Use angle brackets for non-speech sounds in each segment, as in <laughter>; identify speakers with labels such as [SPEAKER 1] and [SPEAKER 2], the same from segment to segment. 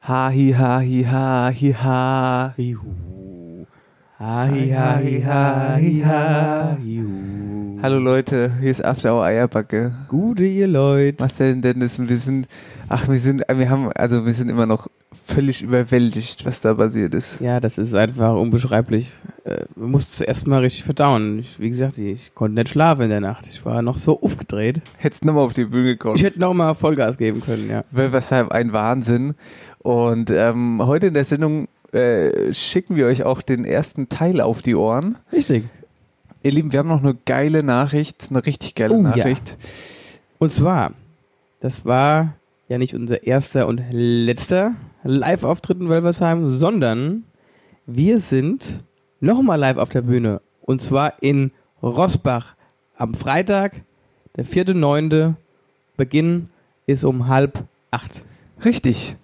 [SPEAKER 1] Ha hi ha hi ha hi ha hi hu. Ha hi ha hi ha hi ha hi hu. Hallo Leute, hier ist After Hour Eierbacke.
[SPEAKER 2] Gute ihr Leute.
[SPEAKER 1] Was denn Dennis? Und wir sind, ach wir sind, wir haben, also wir sind immer noch völlig überwältigt, was da passiert ist.
[SPEAKER 2] Ja, das ist einfach unbeschreiblich. Äh, man muss es erstmal richtig verdauen. Ich, wie gesagt, ich konnte nicht schlafen in der Nacht. Ich war noch so aufgedreht.
[SPEAKER 1] Hättest nochmal auf die Bühne gekommen.
[SPEAKER 2] Ich hätte noch mal Vollgas geben können, ja.
[SPEAKER 1] Weil weshalb ein Wahnsinn. Und ähm, heute in der Sendung äh, schicken wir euch auch den ersten Teil auf die Ohren.
[SPEAKER 2] Richtig.
[SPEAKER 1] Ihr Lieben, wir haben noch eine geile Nachricht, eine richtig geile
[SPEAKER 2] Oh ja.
[SPEAKER 1] Nachricht.
[SPEAKER 2] Und zwar, das war ja nicht unser erster und letzter Live-Auftritt in Welversheim, sondern wir sind nochmal live auf der Bühne. Und zwar in Rosbach am Freitag, der 4.9. Beginn ist um halb acht.
[SPEAKER 1] Richtig.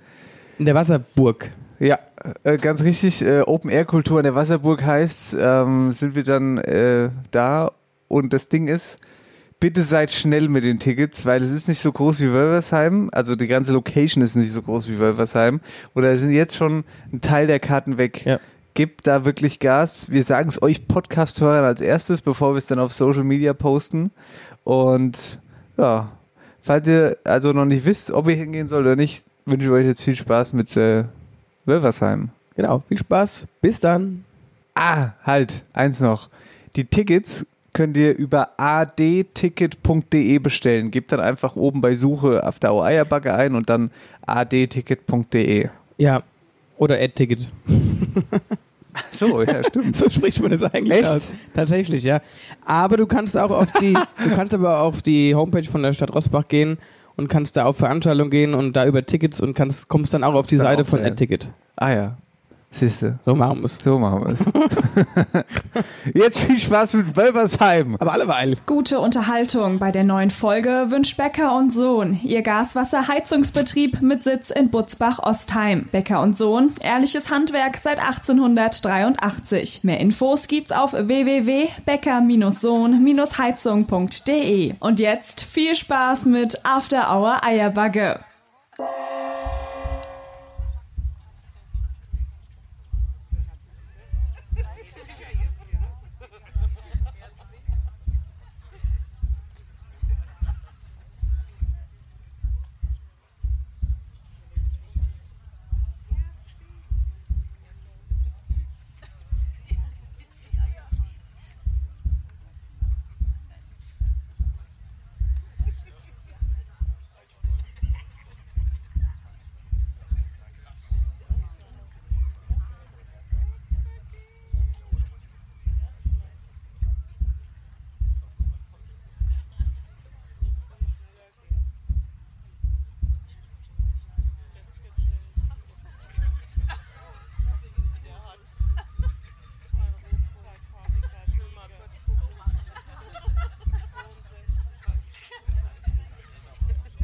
[SPEAKER 2] In der Wasserburg.
[SPEAKER 1] Ja, äh, ganz richtig. Äh, Open-Air-Kultur an der Wasserburg heißt, ähm, sind wir dann äh, da. Und das Ding ist, bitte seid schnell mit den Tickets, weil es ist nicht so groß wie Wölversheim. Also die ganze Location ist nicht so groß wie Wölversheim. Oder sind jetzt schon ein Teil der Karten weg.
[SPEAKER 2] Ja.
[SPEAKER 1] Gebt da wirklich Gas. Wir sagen es euch Podcast-Hörern als erstes, bevor wir es dann auf Social Media posten. Und ja, falls ihr also noch nicht wisst, ob ihr hingehen sollt oder nicht, wünsche ich euch jetzt viel Spaß mit äh, Wölversheim.
[SPEAKER 2] Genau, viel Spaß. Bis dann.
[SPEAKER 1] Ah, halt, eins noch. Die Tickets könnt ihr über adticket.de e bestellen. Gebt dann einfach oben bei Suche After Hour Eierbacke ein und dann adticket.de.
[SPEAKER 2] Ja, oder Ad-Ticket.
[SPEAKER 1] So, ja, stimmt.
[SPEAKER 2] <laughs> So spricht man das eigentlich
[SPEAKER 1] Echt?
[SPEAKER 2] aus. Tatsächlich, ja. Aber du kannst auch auf
[SPEAKER 1] <laughs>
[SPEAKER 2] die, du kannst aber auf die Homepage von der Stadt Rosbach gehen und kannst da auf Veranstaltungen gehen und da über Tickets und kannst, kommst dann auch auf die
[SPEAKER 1] Ist dann
[SPEAKER 2] Seite
[SPEAKER 1] auch
[SPEAKER 2] von
[SPEAKER 1] der-
[SPEAKER 2] Ad-Ticket.
[SPEAKER 1] Ah ja, siehste,
[SPEAKER 2] So machen wir es.
[SPEAKER 1] so machen wir es. <laughs> Jetzt viel Spaß mit Wölversheim.
[SPEAKER 2] Aber alleweil.
[SPEAKER 3] Gute Unterhaltung bei der neuen Folge wünscht Becker und Sohn, ihr Gaswasserheizungsbetrieb mit Sitz in Butzbach-Ostheim. Becker und Sohn, ehrliches Handwerk seit 1883. Mehr Infos gibt's auf www.becker-sohn-heizung.de. Und jetzt viel Spaß mit After Hour Eierbagge.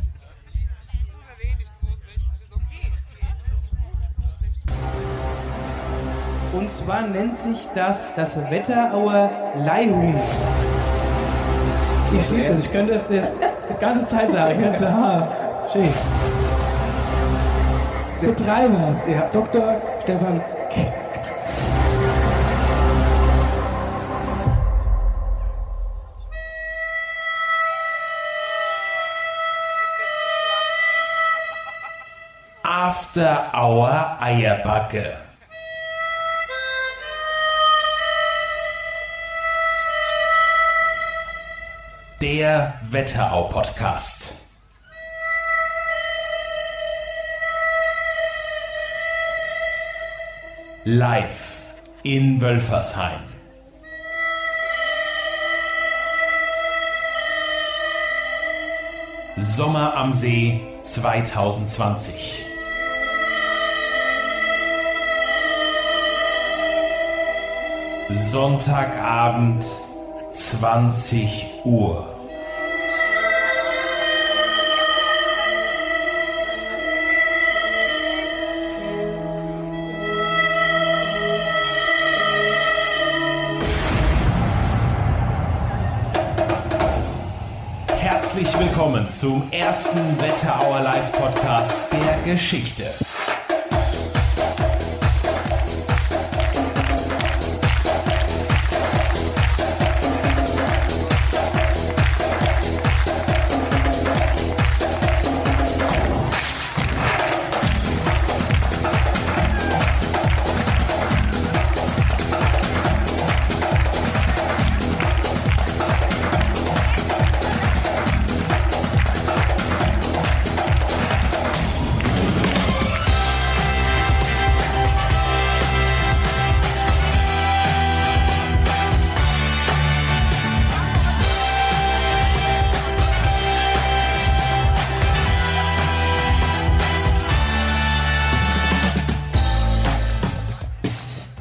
[SPEAKER 4] Nur wenig, 62 ist okay.
[SPEAKER 2] Und zwar nennt sich das das Wetterauer Leihhuhn. Ich liebe das, ich könnte das, das die ganze Zeit sagen. Ganze Haar. Schön. Betreiber, ja. Dr. Stefan.
[SPEAKER 5] After Hour Eierbacke. Der Wetterau Podcast. Live in Wölfersheim. Sommer am See 2020. Sonntagabend 20 Uhr. Herzlich willkommen zum ersten Wetterauer Live Podcast der Geschichte.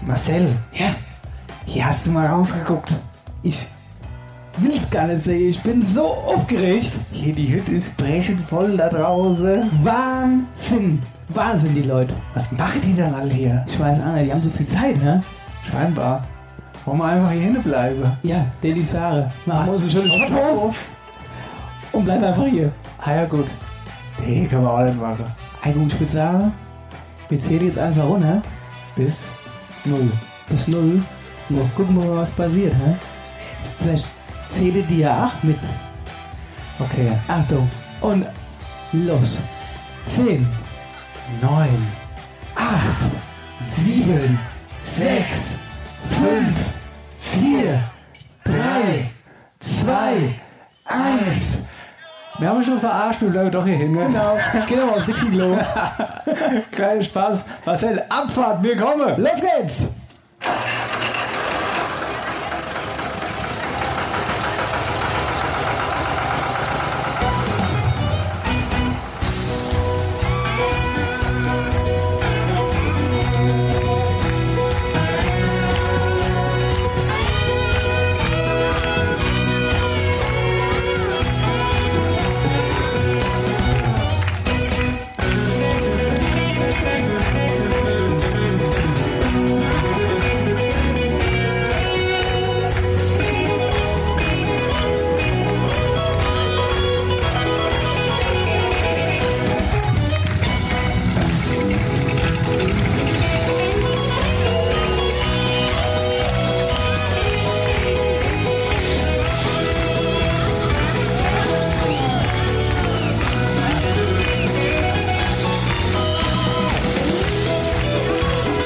[SPEAKER 5] Marcel,
[SPEAKER 6] Ja,
[SPEAKER 5] hier hast du mal rausgeguckt.
[SPEAKER 6] ich will's gar nicht sehen. Ich bin so aufgeregt.
[SPEAKER 5] Hier die Hütte ist brechend voll da draußen.
[SPEAKER 6] Wahnsinn. Wahnsinn, die Leute.
[SPEAKER 5] Was machen die denn alle hier?
[SPEAKER 6] Ich weiß auch nicht, die haben so viel Zeit, ne?
[SPEAKER 5] Scheinbar. Wollen wir einfach hier hinne bleiben?
[SPEAKER 6] Ja, Daddy Sare. Machen wir uns ein schönes Foto
[SPEAKER 5] auf.
[SPEAKER 6] und bleiben einfach hier.
[SPEAKER 5] Ah ja gut. Nee, können wir auch nicht machen.
[SPEAKER 6] Hey, gut, ich würde sagen, wir zählen jetzt einfach runter
[SPEAKER 5] Bis null.
[SPEAKER 6] bis null. Und dann gucken wir mal, was passiert, ne? Vielleicht zählt die ja acht mit.
[SPEAKER 5] Okay.
[SPEAKER 6] Achtung. Und los. Zehn.
[SPEAKER 5] Neun.
[SPEAKER 6] Acht.
[SPEAKER 5] Sieben. Sechs. Fünf. Vier. Drei. Zwei. Eins. Wir haben uns schon verarscht, wir bleiben doch hier hin. ne?
[SPEAKER 6] Genau. Genau, aufs Dixie-Klo.
[SPEAKER 5] <laughs> Kleiner Spaß. Marcel, Abfahrt, wir kommen.
[SPEAKER 6] Los geht's!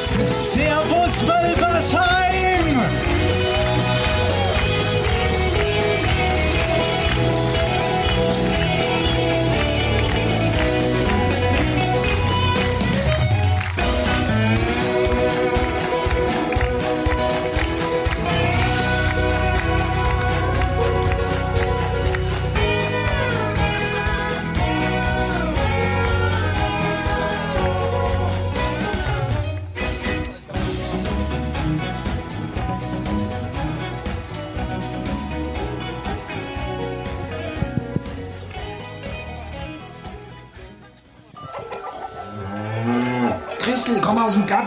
[SPEAKER 5] Servus, Wölfersheim.
[SPEAKER 7] Christel, komm aus dem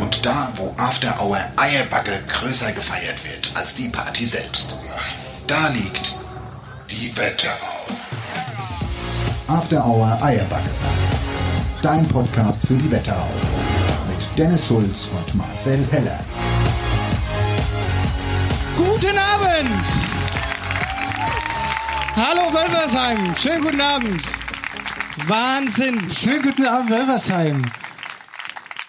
[SPEAKER 7] Und da, wo After Hour Eierbacke größer gefeiert wird als die Party selbst. Da liegt die Wetterau. After Hour Eierbacke. Dein Podcast für die Wetterau. Mit Dennis Schulz und Marcel Heller.
[SPEAKER 2] Guten Abend! Hallo Wölfersheim, schönen guten Abend. Wahnsinn,
[SPEAKER 5] Schönen guten Abend, Wölfersheim.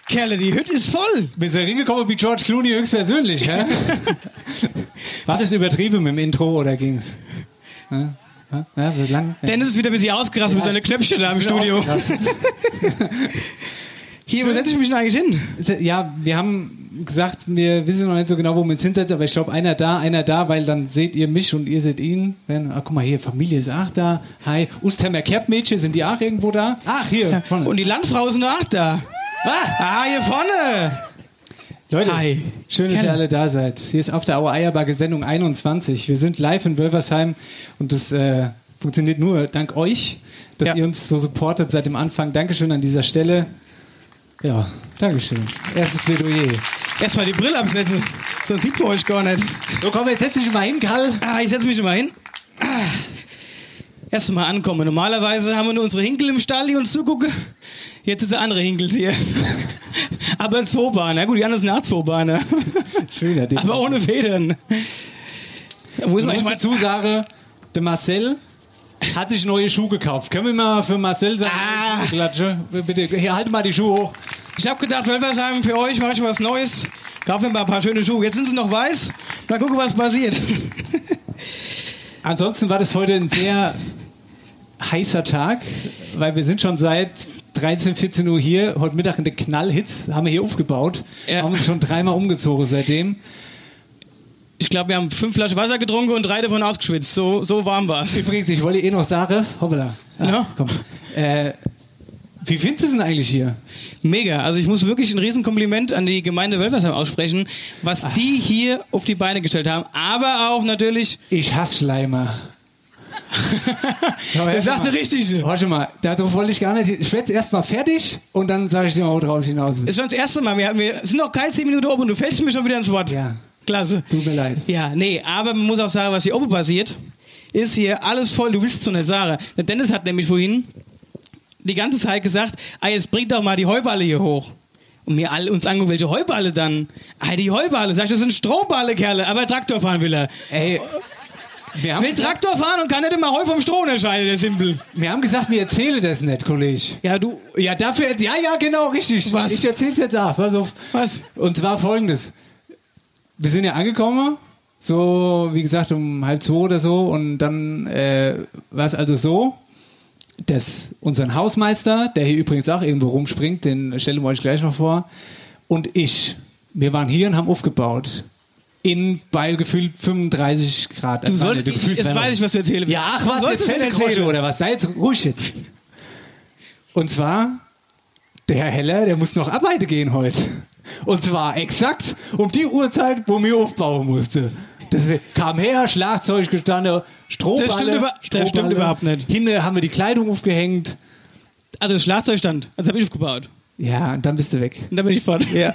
[SPEAKER 2] Kerle, die Hütte ist voll.
[SPEAKER 5] Wir sind hingekommen wie George Clooney höchstpersönlich. Hä? Was ist übertrieben mit dem Intro oder ging's? Hä? Hä? Ja, wird lang.
[SPEAKER 2] Dennis ist wieder ein bisschen ausgerastet mit seinen Knöpfchen da im Studio. Hier, wo setze ich mich denn eigentlich hin?
[SPEAKER 8] Ja, wir haben gesagt, wir wissen noch nicht so genau, wo wir uns hinsetzen, aber ich glaube, einer da, einer da, weil dann seht ihr mich und ihr seht ihn. Wenn, ah, guck mal hier, Familie ist auch da. Hi. Ustheimer Kerbmädchen, sind die auch irgendwo da? Ach, hier. vorne.
[SPEAKER 2] Und die Landfrau sind auch da. Ah, ah, hier vorne.
[SPEAKER 8] Leute,
[SPEAKER 2] Hi.
[SPEAKER 8] schön, dass ihr alle da seid. Hier ist auf der Aue Eierbagge Sendung 21. Wir sind live in Wölversheim und das äh, funktioniert nur dank euch, dass
[SPEAKER 2] Ja.
[SPEAKER 8] ihr uns so supportet seit dem Anfang. Dankeschön an dieser Stelle. Ja, Dankeschön. Erstes Plädoyer.
[SPEAKER 2] Erstmal die Brille absetzen, sonst sieht man euch gar nicht.
[SPEAKER 8] So, komm, jetzt setz dich mal hin, Karl.
[SPEAKER 2] Ah, ich setze mich schon mal hin. Ah. Erst mal ankommen. Normalerweise haben wir nur unsere Hinkel im Stall, die uns zugucken. Jetzt ist der andere Hinkel hier. <laughs> Aber ein Zoobahner. Gut, die anderen sind auch Zoobahner.
[SPEAKER 8] Schöner Ding.
[SPEAKER 2] ne? Aber ohne Federn. Wo ist
[SPEAKER 8] Ich
[SPEAKER 2] man
[SPEAKER 8] muss
[SPEAKER 2] eigentlich mal zu?
[SPEAKER 8] dazu sagen, der Marcel hat sich neue Schuhe gekauft. Können wir mal für Marcel sagen?
[SPEAKER 2] Ah.
[SPEAKER 8] Klatsche. Bitte, hier, halt mal die Schuhe hoch.
[SPEAKER 2] Ich habe gedacht, Wölfersheim, für euch mache ich was Neues. Kaufe mir mal ein paar schöne Schuhe. Jetzt sind sie noch weiß. Mal gucken, was passiert. <laughs>
[SPEAKER 8] Ansonsten war das heute ein sehr heißer Tag, weil wir sind schon seit 13, 14 Uhr hier. Heute Mittag in der Knallhitz haben wir hier aufgebaut.
[SPEAKER 6] Ja.
[SPEAKER 8] Haben uns schon dreimal umgezogen seitdem.
[SPEAKER 6] Ich glaube, wir haben fünf Flaschen Wasser getrunken und drei davon ausgeschwitzt. So, so warm war es.
[SPEAKER 8] Übrigens, ich wollte eh noch sagen, hoppala. Ah,
[SPEAKER 6] Ja.
[SPEAKER 8] komm. Äh, wie findest du es denn eigentlich hier?
[SPEAKER 6] Mega. Also ich muss wirklich ein Riesenkompliment an die Gemeinde Wölfersheim aussprechen, was die hier auf die Beine gestellt haben. Aber auch natürlich,
[SPEAKER 8] Ich
[SPEAKER 6] <laughs>
[SPEAKER 8] hasse Schleimer.
[SPEAKER 6] er sagte richtig.
[SPEAKER 8] Warte mal, darauf wollte ich gar nicht. hin. Ich werde erst mal fertig und dann sage ich dir, wo drauf hinaus ist.
[SPEAKER 6] Ist schon das erste Mal. Wir, wir sind noch keine zehn Minuten oben und du fällst mir schon wieder ins Wort.
[SPEAKER 8] Ja,
[SPEAKER 6] Klasse.
[SPEAKER 8] tut mir leid.
[SPEAKER 6] Ja, nee, aber man muss auch sagen, was hier oben passiert, ist hier alles voll. Du willst es so nicht sagen. Der Dennis hat nämlich vorhin die ganze Zeit gesagt, ah, jetzt bringt doch mal die Heuballe hier hoch. Und wir alle uns angucken, welche Heuballe dann? Ah, die Heuballe. Sag ich, das sind Strohballe, Kerle. Aber Traktor fahren will er.
[SPEAKER 8] Ey, wir haben,
[SPEAKER 6] Will Traktor fahren und kann nicht immer Heu vom Stroh unterscheiden, der Simpel.
[SPEAKER 8] wir haben gesagt, mir erzähle das nicht, Kollege.
[SPEAKER 6] Ja, du,
[SPEAKER 8] Ja, dafür, ja, ja, genau, richtig.
[SPEAKER 6] Was?
[SPEAKER 8] Ich erzähl's jetzt auch. Pass auf.
[SPEAKER 6] was?
[SPEAKER 8] Und zwar folgendes. Wir sind ja angekommen, so wie gesagt um halb zwei oder so und dann äh, war es also so, dass unseren Hausmeister, der hier übrigens auch irgendwo rumspringt, den stellen wir euch gleich noch vor, und ich, wir waren hier und haben aufgebaut. In bei gefühlt 35 Grad.
[SPEAKER 6] Du
[SPEAKER 8] Das waren
[SPEAKER 6] solltest,
[SPEAKER 8] ja gefühlt
[SPEAKER 6] ich, jetzt
[SPEAKER 8] 32.
[SPEAKER 6] weiß ich, was du erzählen willst.
[SPEAKER 8] Ja, ach
[SPEAKER 6] Du
[SPEAKER 8] was,
[SPEAKER 6] solltest
[SPEAKER 8] jetzt
[SPEAKER 6] es
[SPEAKER 8] fällt
[SPEAKER 6] nicht
[SPEAKER 8] der Krosche
[SPEAKER 6] erzählen.
[SPEAKER 8] oder was? Sei jetzt ruhig jetzt. Und zwar, der Herr Heller, der muss noch arbeiten gehen heute. Und zwar exakt um die Uhrzeit, wo mir aufbauen musste. Das wär- kam her, Schlagzeug gestanden, Strohballe.
[SPEAKER 6] Das stimmt über- das
[SPEAKER 8] Strohballe.
[SPEAKER 6] stimmt überhaupt nicht.
[SPEAKER 8] Hinten haben wir die Kleidung aufgehängt.
[SPEAKER 6] Also das Schlagzeug stand. Das habe ich aufgebaut.
[SPEAKER 8] Ja, und dann bist du weg.
[SPEAKER 6] Und dann bin ich fort. <laughs>
[SPEAKER 8] Ja.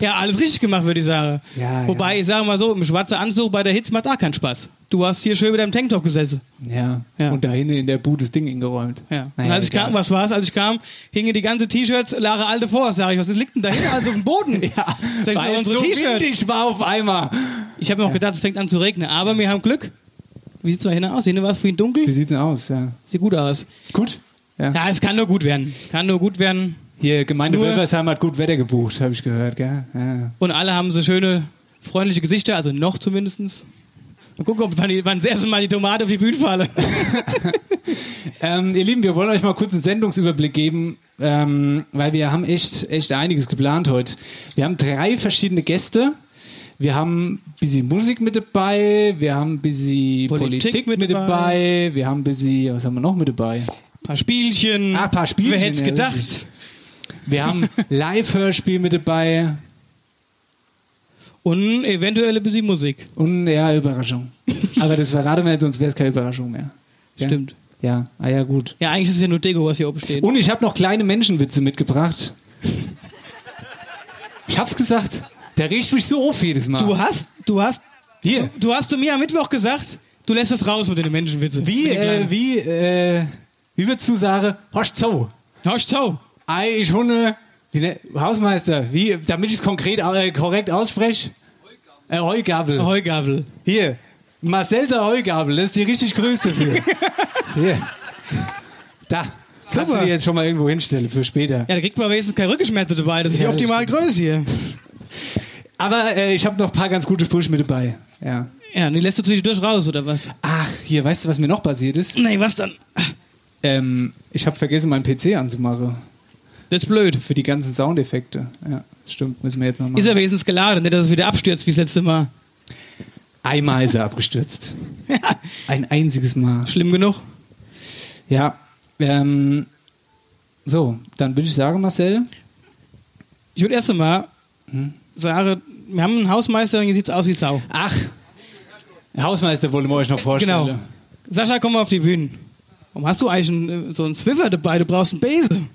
[SPEAKER 6] Ja, alles richtig gemacht, würde ich sagen.
[SPEAKER 8] Ja,
[SPEAKER 6] Wobei, ich sage mal so, im schwarzen Anzug bei der Hitze macht auch keinen Spaß. Du hast hier schön mit deinem Tanktop gesessen.
[SPEAKER 8] Ja.
[SPEAKER 6] Ja.
[SPEAKER 8] Und da hinten in der Bude das Ding hingeräumt.
[SPEAKER 6] Ja.
[SPEAKER 8] Naja,
[SPEAKER 6] und als ich
[SPEAKER 8] egal.
[SPEAKER 6] kam, was war's? Als ich kam, hingen die ganzen T-Shirts, Lara alte vor. Sag ich, was liegt denn da hinten alles auf dem Boden?
[SPEAKER 8] <laughs> Ja,
[SPEAKER 6] Sag ich,
[SPEAKER 8] weil
[SPEAKER 6] nur
[SPEAKER 8] es
[SPEAKER 6] unsere
[SPEAKER 8] so
[SPEAKER 6] T-Shirts.
[SPEAKER 8] windig war auf einmal.
[SPEAKER 6] Ich habe mir auch gedacht, es fängt an zu regnen. Aber wir haben Glück. Wie sieht's da hinten aus? Hinten war es vorhin
[SPEAKER 8] Wie
[SPEAKER 6] dunkel.
[SPEAKER 8] sieht's denn aus? Ja.
[SPEAKER 6] Sieht gut aus.
[SPEAKER 8] Gut.
[SPEAKER 6] Ja, es kann nur gut werden. Es kann nur gut werden.
[SPEAKER 8] Hier, Gemeinde
[SPEAKER 6] Nur-
[SPEAKER 8] Wölfersheim hat gut Wetter gebucht, habe ich gehört, gell? Ja.
[SPEAKER 6] Und alle haben so schöne, freundliche Gesichter, also noch zumindestens. Mal gucken, ob wann, die, wann das erste Mal die Tomate auf die Bühne falle.
[SPEAKER 8] <laughs> Ähm, ihr Lieben, wir wollen euch mal kurz einen Sendungsüberblick geben, ähm, weil wir haben echt, echt einiges geplant heute. Wir haben drei verschiedene Gäste. Wir haben ein bisschen Musik mit dabei, wir haben ein bisschen
[SPEAKER 6] Politik
[SPEAKER 8] Politik,
[SPEAKER 6] mit
[SPEAKER 8] mit, dabei. wir haben ein bisschen, was haben wir noch mit dabei?
[SPEAKER 6] Ein paar Spielchen.
[SPEAKER 8] Ah, ein paar Spielchen,
[SPEAKER 6] Wer hätte es
[SPEAKER 8] ja,
[SPEAKER 6] gedacht?
[SPEAKER 8] richtig. Wir haben Live-Hörspiel mit dabei
[SPEAKER 6] Und eventuell ein bisschen Musik.
[SPEAKER 8] und ja, Überraschung. Aber das verraten wir nicht, sonst wäre es keine Überraschung mehr. Ja.
[SPEAKER 6] Stimmt.
[SPEAKER 8] Ja, ah ja, gut.
[SPEAKER 6] Ja, eigentlich ist es ja nur Deko, was hier oben steht.
[SPEAKER 8] Und ich habe noch kleine Menschenwitze mitgebracht. Ich hab's gesagt. Der riecht mich so auf jedes Mal.
[SPEAKER 6] du hast, du hast,
[SPEAKER 8] Hier.
[SPEAKER 6] du hast zu mir am Mittwoch gesagt, du lässt es raus mit den Menschenwitzen.
[SPEAKER 8] Wie,
[SPEAKER 6] Mit den
[SPEAKER 8] äh,
[SPEAKER 6] kleinen.
[SPEAKER 8] wie, äh, wie würdest du sagen, hast so,
[SPEAKER 6] Hörst du?
[SPEAKER 8] ei, ich hunde, wie ne, Hausmeister, wie, damit ich es konkret, äh, korrekt ausspreche? Äh, Heugabel.
[SPEAKER 6] Heugabel.
[SPEAKER 8] Hier, Marcel der Heugabel, das ist die richtig größte
[SPEAKER 6] <laughs>
[SPEAKER 8] für. Hier. Da. Kannst du
[SPEAKER 6] Super.
[SPEAKER 8] die jetzt schon mal irgendwo hinstellen für später.
[SPEAKER 6] Ja, da kriegt man wenigstens keine Rückenschmerzen dabei. Das ist
[SPEAKER 8] Ja,
[SPEAKER 6] die optimale Größe hier.
[SPEAKER 8] Aber äh, ich habe noch ein paar ganz gute Sprüche mit dabei. Ja.
[SPEAKER 6] Ja, und die lässt du zwischendurch raus, oder was?
[SPEAKER 8] Ach, hier, weißt du, was mir noch passiert ist?
[SPEAKER 6] Nee, was dann?
[SPEAKER 8] Ähm, ich habe vergessen, meinen PC anzumachen.
[SPEAKER 6] Das ist blöd.
[SPEAKER 8] Für die ganzen Soundeffekte. Ja, stimmt, müssen wir jetzt noch machen.
[SPEAKER 6] Ist er wenigstens geladen, nicht, dass es wieder abstürzt, wie das letzte Mal.
[SPEAKER 8] Einmal ist
[SPEAKER 6] <laughs>
[SPEAKER 8] er abgestürzt. Ein einziges Mal.
[SPEAKER 6] Schlimm genug.
[SPEAKER 8] Ja, ähm, so, dann würde ich sagen, Marcel,
[SPEAKER 6] Ich würde erst einmal sagen, wir haben einen Hausmeister, hier sieht es aus wie Sau.
[SPEAKER 8] ach, Hausmeister wollen wir euch noch vorstellen.
[SPEAKER 6] Genau. Sascha, komm mal auf die Bühne. Warum hast du eigentlich einen, äh, so einen Swiffer dabei? Du brauchst einen Besen.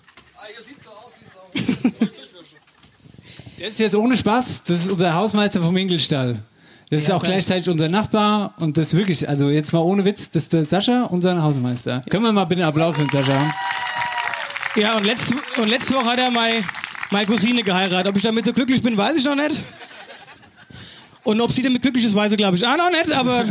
[SPEAKER 8] Das ist jetzt ohne Spaß, das ist unser Hausmeister vom Ingelstall. Das ist auch
[SPEAKER 6] klar.
[SPEAKER 8] gleichzeitig unser Nachbar und das wirklich, also jetzt mal ohne Witz, das ist der Sascha, unser Hausmeister. Können wir mal bitte einen Applaus für den Sascha haben?
[SPEAKER 6] Ja, und letzte, und letzte Woche hat er meine, meine Cousine geheiratet. Ob ich damit so glücklich bin, weiß ich noch nicht. Und ob sie damit glücklich ist, weiß ich, glaube ich, auch noch nicht. <laughs> Aber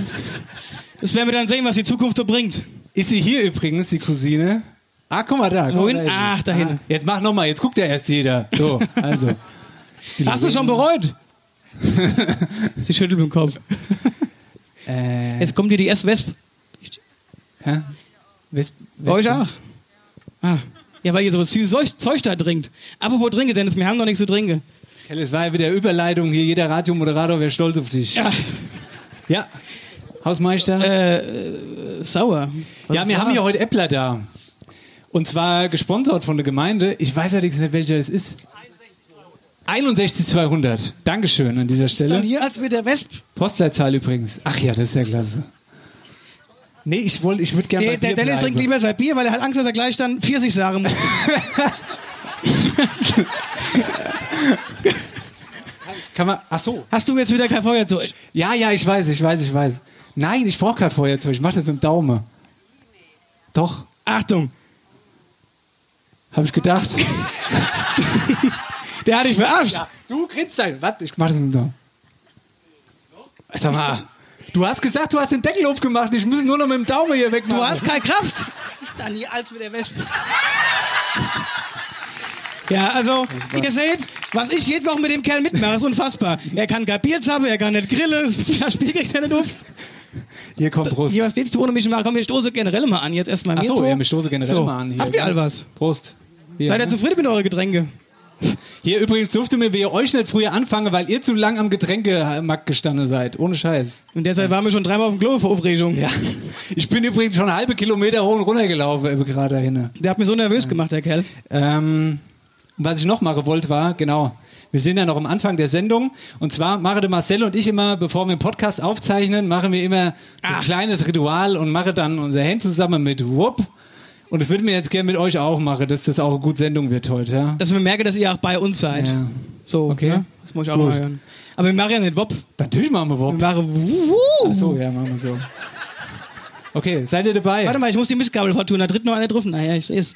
[SPEAKER 6] das werden wir dann sehen, was die Zukunft so bringt.
[SPEAKER 8] Ist sie hier übrigens, die Cousine? Ah, guck mal da. guck mal
[SPEAKER 6] Wohin?
[SPEAKER 8] da hinten. Ah,
[SPEAKER 6] Ach, da hinten.
[SPEAKER 8] Jetzt mach nochmal, jetzt guckt ja erst jeder. So, also. Ist die
[SPEAKER 6] Hast du <laughs>
[SPEAKER 8] Lorena.
[SPEAKER 6] schon bereut? sie schüttelt mit dem Kopf.
[SPEAKER 8] Äh,
[SPEAKER 6] Jetzt kommt hier die erste Wespe.
[SPEAKER 8] hä? Wes-
[SPEAKER 6] Bei euch
[SPEAKER 8] Wespe?
[SPEAKER 6] auch. Ah. Ja, weil ihr so süßes Zeug- Zeug da trinkt. Apropos trinke, Dennis, wir haben noch nichts zu trinken.
[SPEAKER 8] Kell, es war ja wieder Überleitung hier. Jeder Radiomoderator wäre stolz auf dich.
[SPEAKER 6] Ja. Äh,
[SPEAKER 8] Ja. Hausmeister.
[SPEAKER 6] Sauer. Was
[SPEAKER 8] ja, wir haben ja heute Äppler da. Und zwar gesponsert von der Gemeinde. Ich weiß allerdings nicht, welcher es ist. 61200. Dankeschön an dieser
[SPEAKER 6] Dann
[SPEAKER 8] Stelle.
[SPEAKER 6] hier als mit der Wespe.
[SPEAKER 8] Postleitzahl übrigens. Ach ja, das ist ja klasse. Nee, ich wollte, ich würde gerne bei
[SPEAKER 6] Nee, der
[SPEAKER 8] dir
[SPEAKER 6] Dennis
[SPEAKER 8] bleiben.
[SPEAKER 6] trinkt lieber sein Bier, weil er hat Angst, dass er gleich dann Pfirsich sagen muss.
[SPEAKER 8] Kann man, ach so.
[SPEAKER 6] Hast du jetzt wieder kein Feuerzeug?
[SPEAKER 8] Ja, ja, ich weiß, ich weiß, ich weiß. Nein, ich brauche kein Feuerzeug. Ich mache das mit dem Daumen. Doch,
[SPEAKER 6] Achtung,
[SPEAKER 8] habe ich gedacht. <laughs>
[SPEAKER 6] der hat dich verarscht.
[SPEAKER 8] Du kriegst dein. Warte, ich mach das mit dem Daumen. Sag mal. Du hast gesagt, du hast den Deckel aufgemacht. Ich muss nur noch mit dem Daumen hier wegmachen.
[SPEAKER 6] Du hast keine Kraft. Was ist dann hier als mit der Wespe? Ja,
[SPEAKER 8] Oh
[SPEAKER 6] also, ihr seht, was ich jede Woche mit dem Kerl mitmache, ist unfassbar. Er kann kein Bier zappen, er kann nicht grillen,
[SPEAKER 8] <laughs>
[SPEAKER 6] das Spiel kriegt er nicht auf.
[SPEAKER 8] Hier kommt Brust.
[SPEAKER 6] Hier, was willst du ohne mich machen? Komm, wir stoßen generell mal an, jetzt erstmal mir
[SPEAKER 8] Achso,
[SPEAKER 6] zwei.
[SPEAKER 8] ja, wir stoßen generell
[SPEAKER 6] So,
[SPEAKER 8] mal an. Hier.
[SPEAKER 6] habt ihr all was?
[SPEAKER 8] Prost. Hier,
[SPEAKER 6] Seid
[SPEAKER 8] ne?
[SPEAKER 6] ihr zufrieden mit euren Getränke?
[SPEAKER 8] hier übrigens durfte mir, wie ihr euch nicht früher anfangen, weil ihr zu lang am Getränkemarkt gestanden seid. Ohne Scheiß.
[SPEAKER 6] Und derzeit waren wir schon dreimal auf dem Klo vor Aufregung.
[SPEAKER 8] Ja. Ich bin übrigens schon halbe Kilometer hoch und runter gelaufen, eben gerade dahin.
[SPEAKER 6] Der hat mich so nervös gemacht, der Kerl.
[SPEAKER 8] Ähm, was ich noch machen wollte, war, genau, wir sind ja noch am Anfang der Sendung. Und zwar machen der Marcel und ich immer, bevor wir einen Podcast aufzeichnen, machen wir immer so
[SPEAKER 6] Ah.
[SPEAKER 8] ein kleines Ritual und machen dann unser Hand zusammen mit Whoop. Und das würden wir jetzt gerne mit euch auch machen, dass das auch eine gute Sendung wird heute. Ja?
[SPEAKER 6] Dass wir merken, dass ihr auch bei uns seid.
[SPEAKER 8] Ja.
[SPEAKER 6] So,
[SPEAKER 8] Okay.
[SPEAKER 6] ne? das muss ich auch
[SPEAKER 8] Gut.
[SPEAKER 6] mal hören. Aber wir machen ja nicht Bob.
[SPEAKER 8] Natürlich machen wir
[SPEAKER 6] Wir
[SPEAKER 8] Whoop.
[SPEAKER 6] machen wuh,
[SPEAKER 8] Achso, ja, machen wir so. Okay, seid ihr dabei?
[SPEAKER 6] Warte mal, ich muss die Mistgabel vertun, da tritt noch einer drauf. Naja, ich
[SPEAKER 8] <laughs>
[SPEAKER 6] weiß.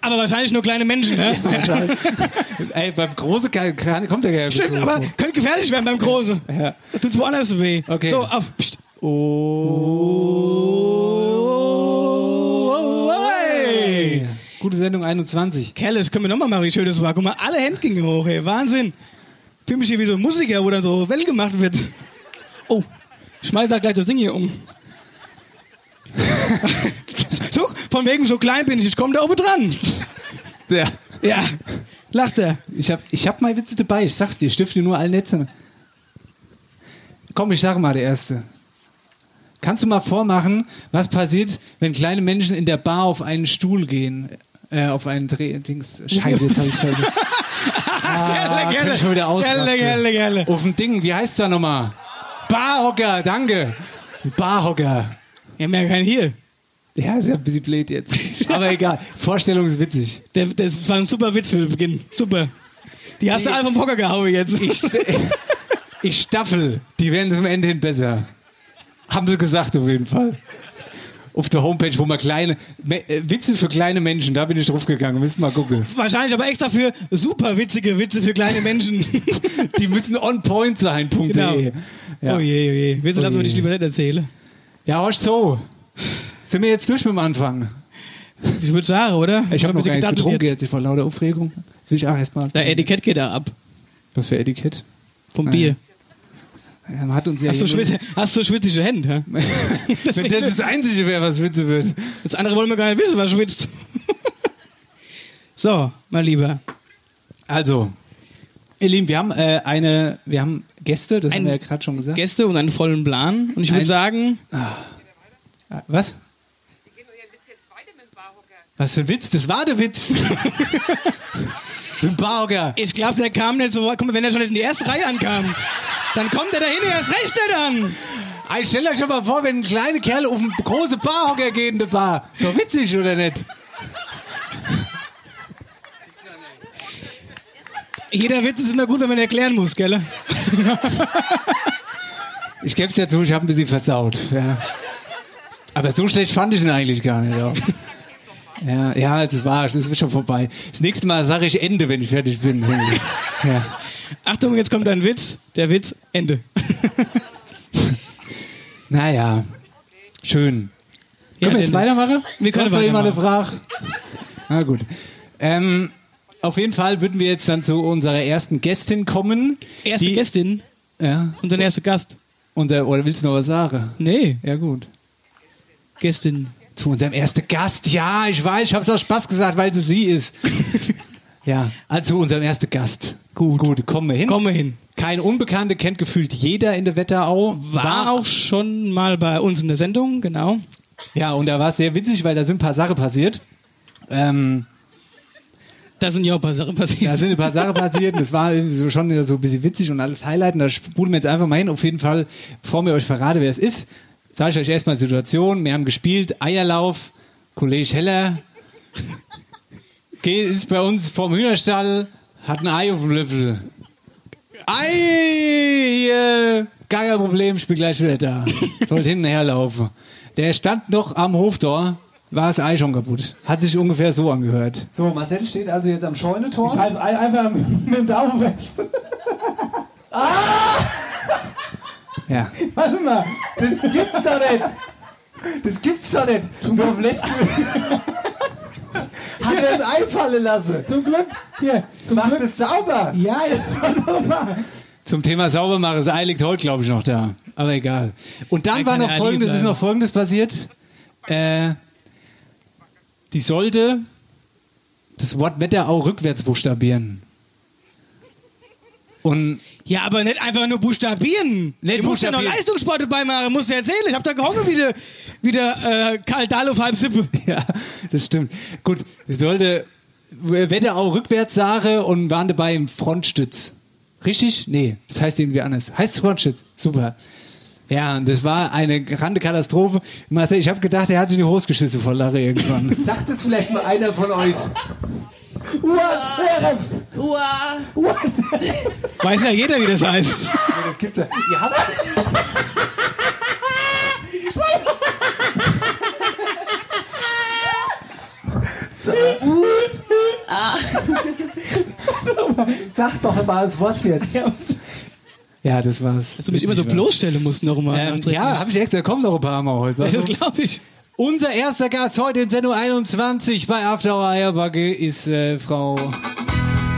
[SPEAKER 6] aber wahrscheinlich nur kleine Menschen, ne?
[SPEAKER 8] Ey, beim Große kann, kann, kommt der gerne.
[SPEAKER 6] Stimmt, aber könnte gefährlich werden beim Großen.
[SPEAKER 8] Ja.
[SPEAKER 6] Tut's woanders weh.
[SPEAKER 8] Okay. Oh,
[SPEAKER 6] So, auf. Psst.
[SPEAKER 8] Hey. Gute Sendung 21.
[SPEAKER 6] Kerl, das können wir nochmal machen, wie schön das war. Guck mal, alle Hände gingen hoch, ey. Wahnsinn. Ich fühle mich hier wie so ein Musiker, wo dann so Welle gemacht wird. Oh, schmeiß da gleich das Ding hier um. <laughs> so, von wegen so klein bin ich, ich komme da oben dran.
[SPEAKER 8] Ja.
[SPEAKER 6] Ja, lacht er.
[SPEAKER 8] Ich hab, ich hab mal Witze dabei, ich sag's dir, ich stifte nur alle Netze. Komm, ich sag mal der Erste. Kannst du mal vormachen, was passiert, wenn kleine Menschen in der Bar auf einen Stuhl gehen? Äh, auf einen Dreh... Dings. Scheiße, jetzt hab
[SPEAKER 6] <laughs>
[SPEAKER 8] ich Scheiße. ah,
[SPEAKER 6] Gerne,
[SPEAKER 8] könnte ich schon wieder ausrasten.
[SPEAKER 6] Gerne, gerne, gerne.
[SPEAKER 8] Auf dem Ding, wie heißt's da nochmal? Barhocker, danke. Barhocker.
[SPEAKER 6] Wir haben ja keinen hier.
[SPEAKER 8] Ja, ist ja ein bisschen blöd jetzt. <laughs> Aber egal, Vorstellung ist witzig.
[SPEAKER 6] Der, das war ein super Witz für den Beginn. Super. Die hast du alle vom Hocker gehauen jetzt.
[SPEAKER 8] Ich staffel, die werden zum Ende hin besser. Haben sie gesagt auf jeden Fall. Auf der Homepage, wo man kleine Me äh, Witze für kleine Menschen, da bin ich draufgegangen, müsst mal gucken.
[SPEAKER 6] Wahrscheinlich aber extra für super witzige Witze für kleine Menschen.
[SPEAKER 8] Die müssen on point sein. Punkt. de.
[SPEAKER 6] Oh
[SPEAKER 8] Genau. Ja.
[SPEAKER 6] je, oh je. Witze lassen
[SPEAKER 8] Oh
[SPEAKER 6] wir
[SPEAKER 8] je.
[SPEAKER 6] dich lieber nicht erzählen.
[SPEAKER 8] ja, horch so. Sind wir jetzt durch mit dem Anfang?
[SPEAKER 6] Ich würde sagen, oder?
[SPEAKER 8] Ich
[SPEAKER 6] hab ein bisschen
[SPEAKER 8] habe noch gar nichts
[SPEAKER 6] gedattelt
[SPEAKER 8] getrunken
[SPEAKER 6] jetzt.
[SPEAKER 8] jetzt, vor lauter Aufregung. Das will ich auch erstmal.
[SPEAKER 6] Da Etikett geht da ab.
[SPEAKER 8] Was für Etikett?
[SPEAKER 6] Vom
[SPEAKER 8] Nein.
[SPEAKER 6] Bier.
[SPEAKER 8] Ja, man hat uns ja
[SPEAKER 6] Hast du,
[SPEAKER 8] hier nur-
[SPEAKER 6] schwitz, hast du schwitzige Hände? hä?
[SPEAKER 8] Wenn das das Einzige wäre, was Witze wird.
[SPEAKER 6] Das andere wollen wir gar nicht wissen, was schwitzt. <laughs> so, mein Lieber.
[SPEAKER 8] Also, ihr Lieben, wir haben äh, eine, wir haben Gäste, das
[SPEAKER 6] Ein-
[SPEAKER 8] haben wir ja gerade schon gesagt.
[SPEAKER 6] Gäste und einen vollen Plan. Und ich würde
[SPEAKER 8] Eins-
[SPEAKER 6] sagen,
[SPEAKER 8] Ah, Was?
[SPEAKER 4] Wir gehen doch ihren Witz jetzt weiter mit dem Barhocker.
[SPEAKER 8] Was für ein Witz? Das war der Witz. Ein Barger.
[SPEAKER 6] Ich glaube, der kam nicht so weit. Guck mal, wenn er schon nicht in die erste Reihe ankam, dann kommt er dahin erst recht nicht an.
[SPEAKER 8] Ich stell euch schon mal vor, wenn kleine Kerle auf einen großen Barhocker gehen, der Bar. So witzig, oder nicht?
[SPEAKER 6] Jeder Witz ist immer gut, wenn man erklären muss, gell?
[SPEAKER 8] Ich geb's ja zu, ich hab ein bisschen versaut. Ja. Aber so schlecht fand ich ihn eigentlich gar nicht. Ja, ja, ja das war's. Das ist schon vorbei. Das nächste Mal sage ich Ende, wenn ich fertig bin. Ja.
[SPEAKER 6] Achtung, jetzt kommt ein Witz. Der Witz, Ende.
[SPEAKER 8] Naja, schön. Können wir jetzt
[SPEAKER 6] Dennis.
[SPEAKER 8] weitermachen?
[SPEAKER 6] Wir können
[SPEAKER 8] Sonst noch jemand eine
[SPEAKER 6] weitermachen.
[SPEAKER 8] Frage? Na gut. Ähm, auf jeden Fall würden wir jetzt dann zu unserer ersten Gästin kommen.
[SPEAKER 6] Erste
[SPEAKER 8] die,
[SPEAKER 6] Gästin
[SPEAKER 8] Ja,
[SPEAKER 6] und dann erster Gast.
[SPEAKER 8] Unser, oder willst du noch was sagen?
[SPEAKER 6] Nee,
[SPEAKER 8] Ja, gut.
[SPEAKER 6] gestern.
[SPEAKER 8] Zu unserem ersten Gast. Ja, ich weiß, ich hab's aus Spaß gesagt, weil sie sie
[SPEAKER 6] <laughs>
[SPEAKER 8] ist. ja, also zu unserem ersten Gast. Gut. Gut, kommen wir hin.
[SPEAKER 6] Komm mal hin.
[SPEAKER 8] Keine Unbekannte kennt gefühlt jeder in der Wetterau.
[SPEAKER 6] War auch schon mal bei uns in der Sendung, genau.
[SPEAKER 8] Ja, und da war es sehr witzig, weil da sind ein paar Sachen passiert. Ähm,
[SPEAKER 6] Da sind ja auch ein paar Sachen passiert.
[SPEAKER 8] <laughs> da sind ein paar Sachen passiert und es war irgendwie so schon so ein bisschen witzig und alles highlighten. Da spulen wir jetzt einfach mal hin. Auf jeden Fall, bevor mir euch verrate, wer es ist, sage ich euch erstmal die Situation. Wir haben gespielt, Eierlauf, Kollege Heller geht, ist bei uns vom Hühnerstall, hat ein Ei auf dem Löffel. Ei! äh, Gar kein Problem, ich bin gleich wieder da. Sollte hinten herlaufen. Der stand noch am Hoftor, war das Ei schon kaputt. Hat sich ungefähr so angehört.
[SPEAKER 9] So, Marcel steht also jetzt am Scheunentor.
[SPEAKER 8] Ich
[SPEAKER 9] halte es einfach mit dem Daumen fest.
[SPEAKER 8] Ja.
[SPEAKER 9] Warte mal, das gibt's doch nicht. Das gibt's doch nicht. Warum lässt du... Hat er das einfallen lassen? Zum Glück. Hier, zum Mach das sauber. Ja, jetzt mal.
[SPEAKER 8] Zum Thema Saubermachen, das Ei liegt heute, glaube ich, noch da. Aber egal. Und dann
[SPEAKER 6] Ei
[SPEAKER 8] war
[SPEAKER 6] kann
[SPEAKER 8] noch
[SPEAKER 6] ja liegen
[SPEAKER 8] folgendes,
[SPEAKER 6] bleiben.
[SPEAKER 8] ist noch folgendes passiert. Äh, die sollte das Wort Wetterau rückwärts buchstabieren. Und
[SPEAKER 6] Ja, aber nicht einfach nur buchstabieren.
[SPEAKER 8] Nicht
[SPEAKER 6] du musst ja noch
[SPEAKER 8] buchstabieren.
[SPEAKER 6] Leistungssport dabei machen, musst du erzählen. Ich hab da gehungen wie der, wie der äh, Karl Dahl auf halb Sippe.
[SPEAKER 8] <laughs> ja, das stimmt. Gut, sie sollte Wetterau rückwärts sage und waren dabei im Frontstütz. Richtig? Nee, das heißt irgendwie anders. Heißt Frontstütz. Super. Ja, und das war eine grande Katastrophe. Marcel, ich habe gedacht, er hat sich die Hose geschissen vor Lache
[SPEAKER 9] <laughs>
[SPEAKER 8] irgendwann.
[SPEAKER 9] Sagt es vielleicht mal einer von euch. What?
[SPEAKER 4] Uah.
[SPEAKER 9] What?
[SPEAKER 6] Weiß ja jeder, wie das heißt.
[SPEAKER 9] Das gibt's ja. Ihr habt. Sag doch mal das Wort jetzt.
[SPEAKER 8] ja, das war's.
[SPEAKER 6] Dass du mich immer so
[SPEAKER 8] Witzig war's.
[SPEAKER 6] bloßstellen musst nochmal.
[SPEAKER 8] Ähm, ja, habe ich extra. Kommen noch ein paar Mal heute.
[SPEAKER 6] das <laughs>
[SPEAKER 8] Warte.
[SPEAKER 6] glaube ich.
[SPEAKER 8] Unser erster Gast heute in Sendung 21 bei After Hour Eierbacke ist äh, Frau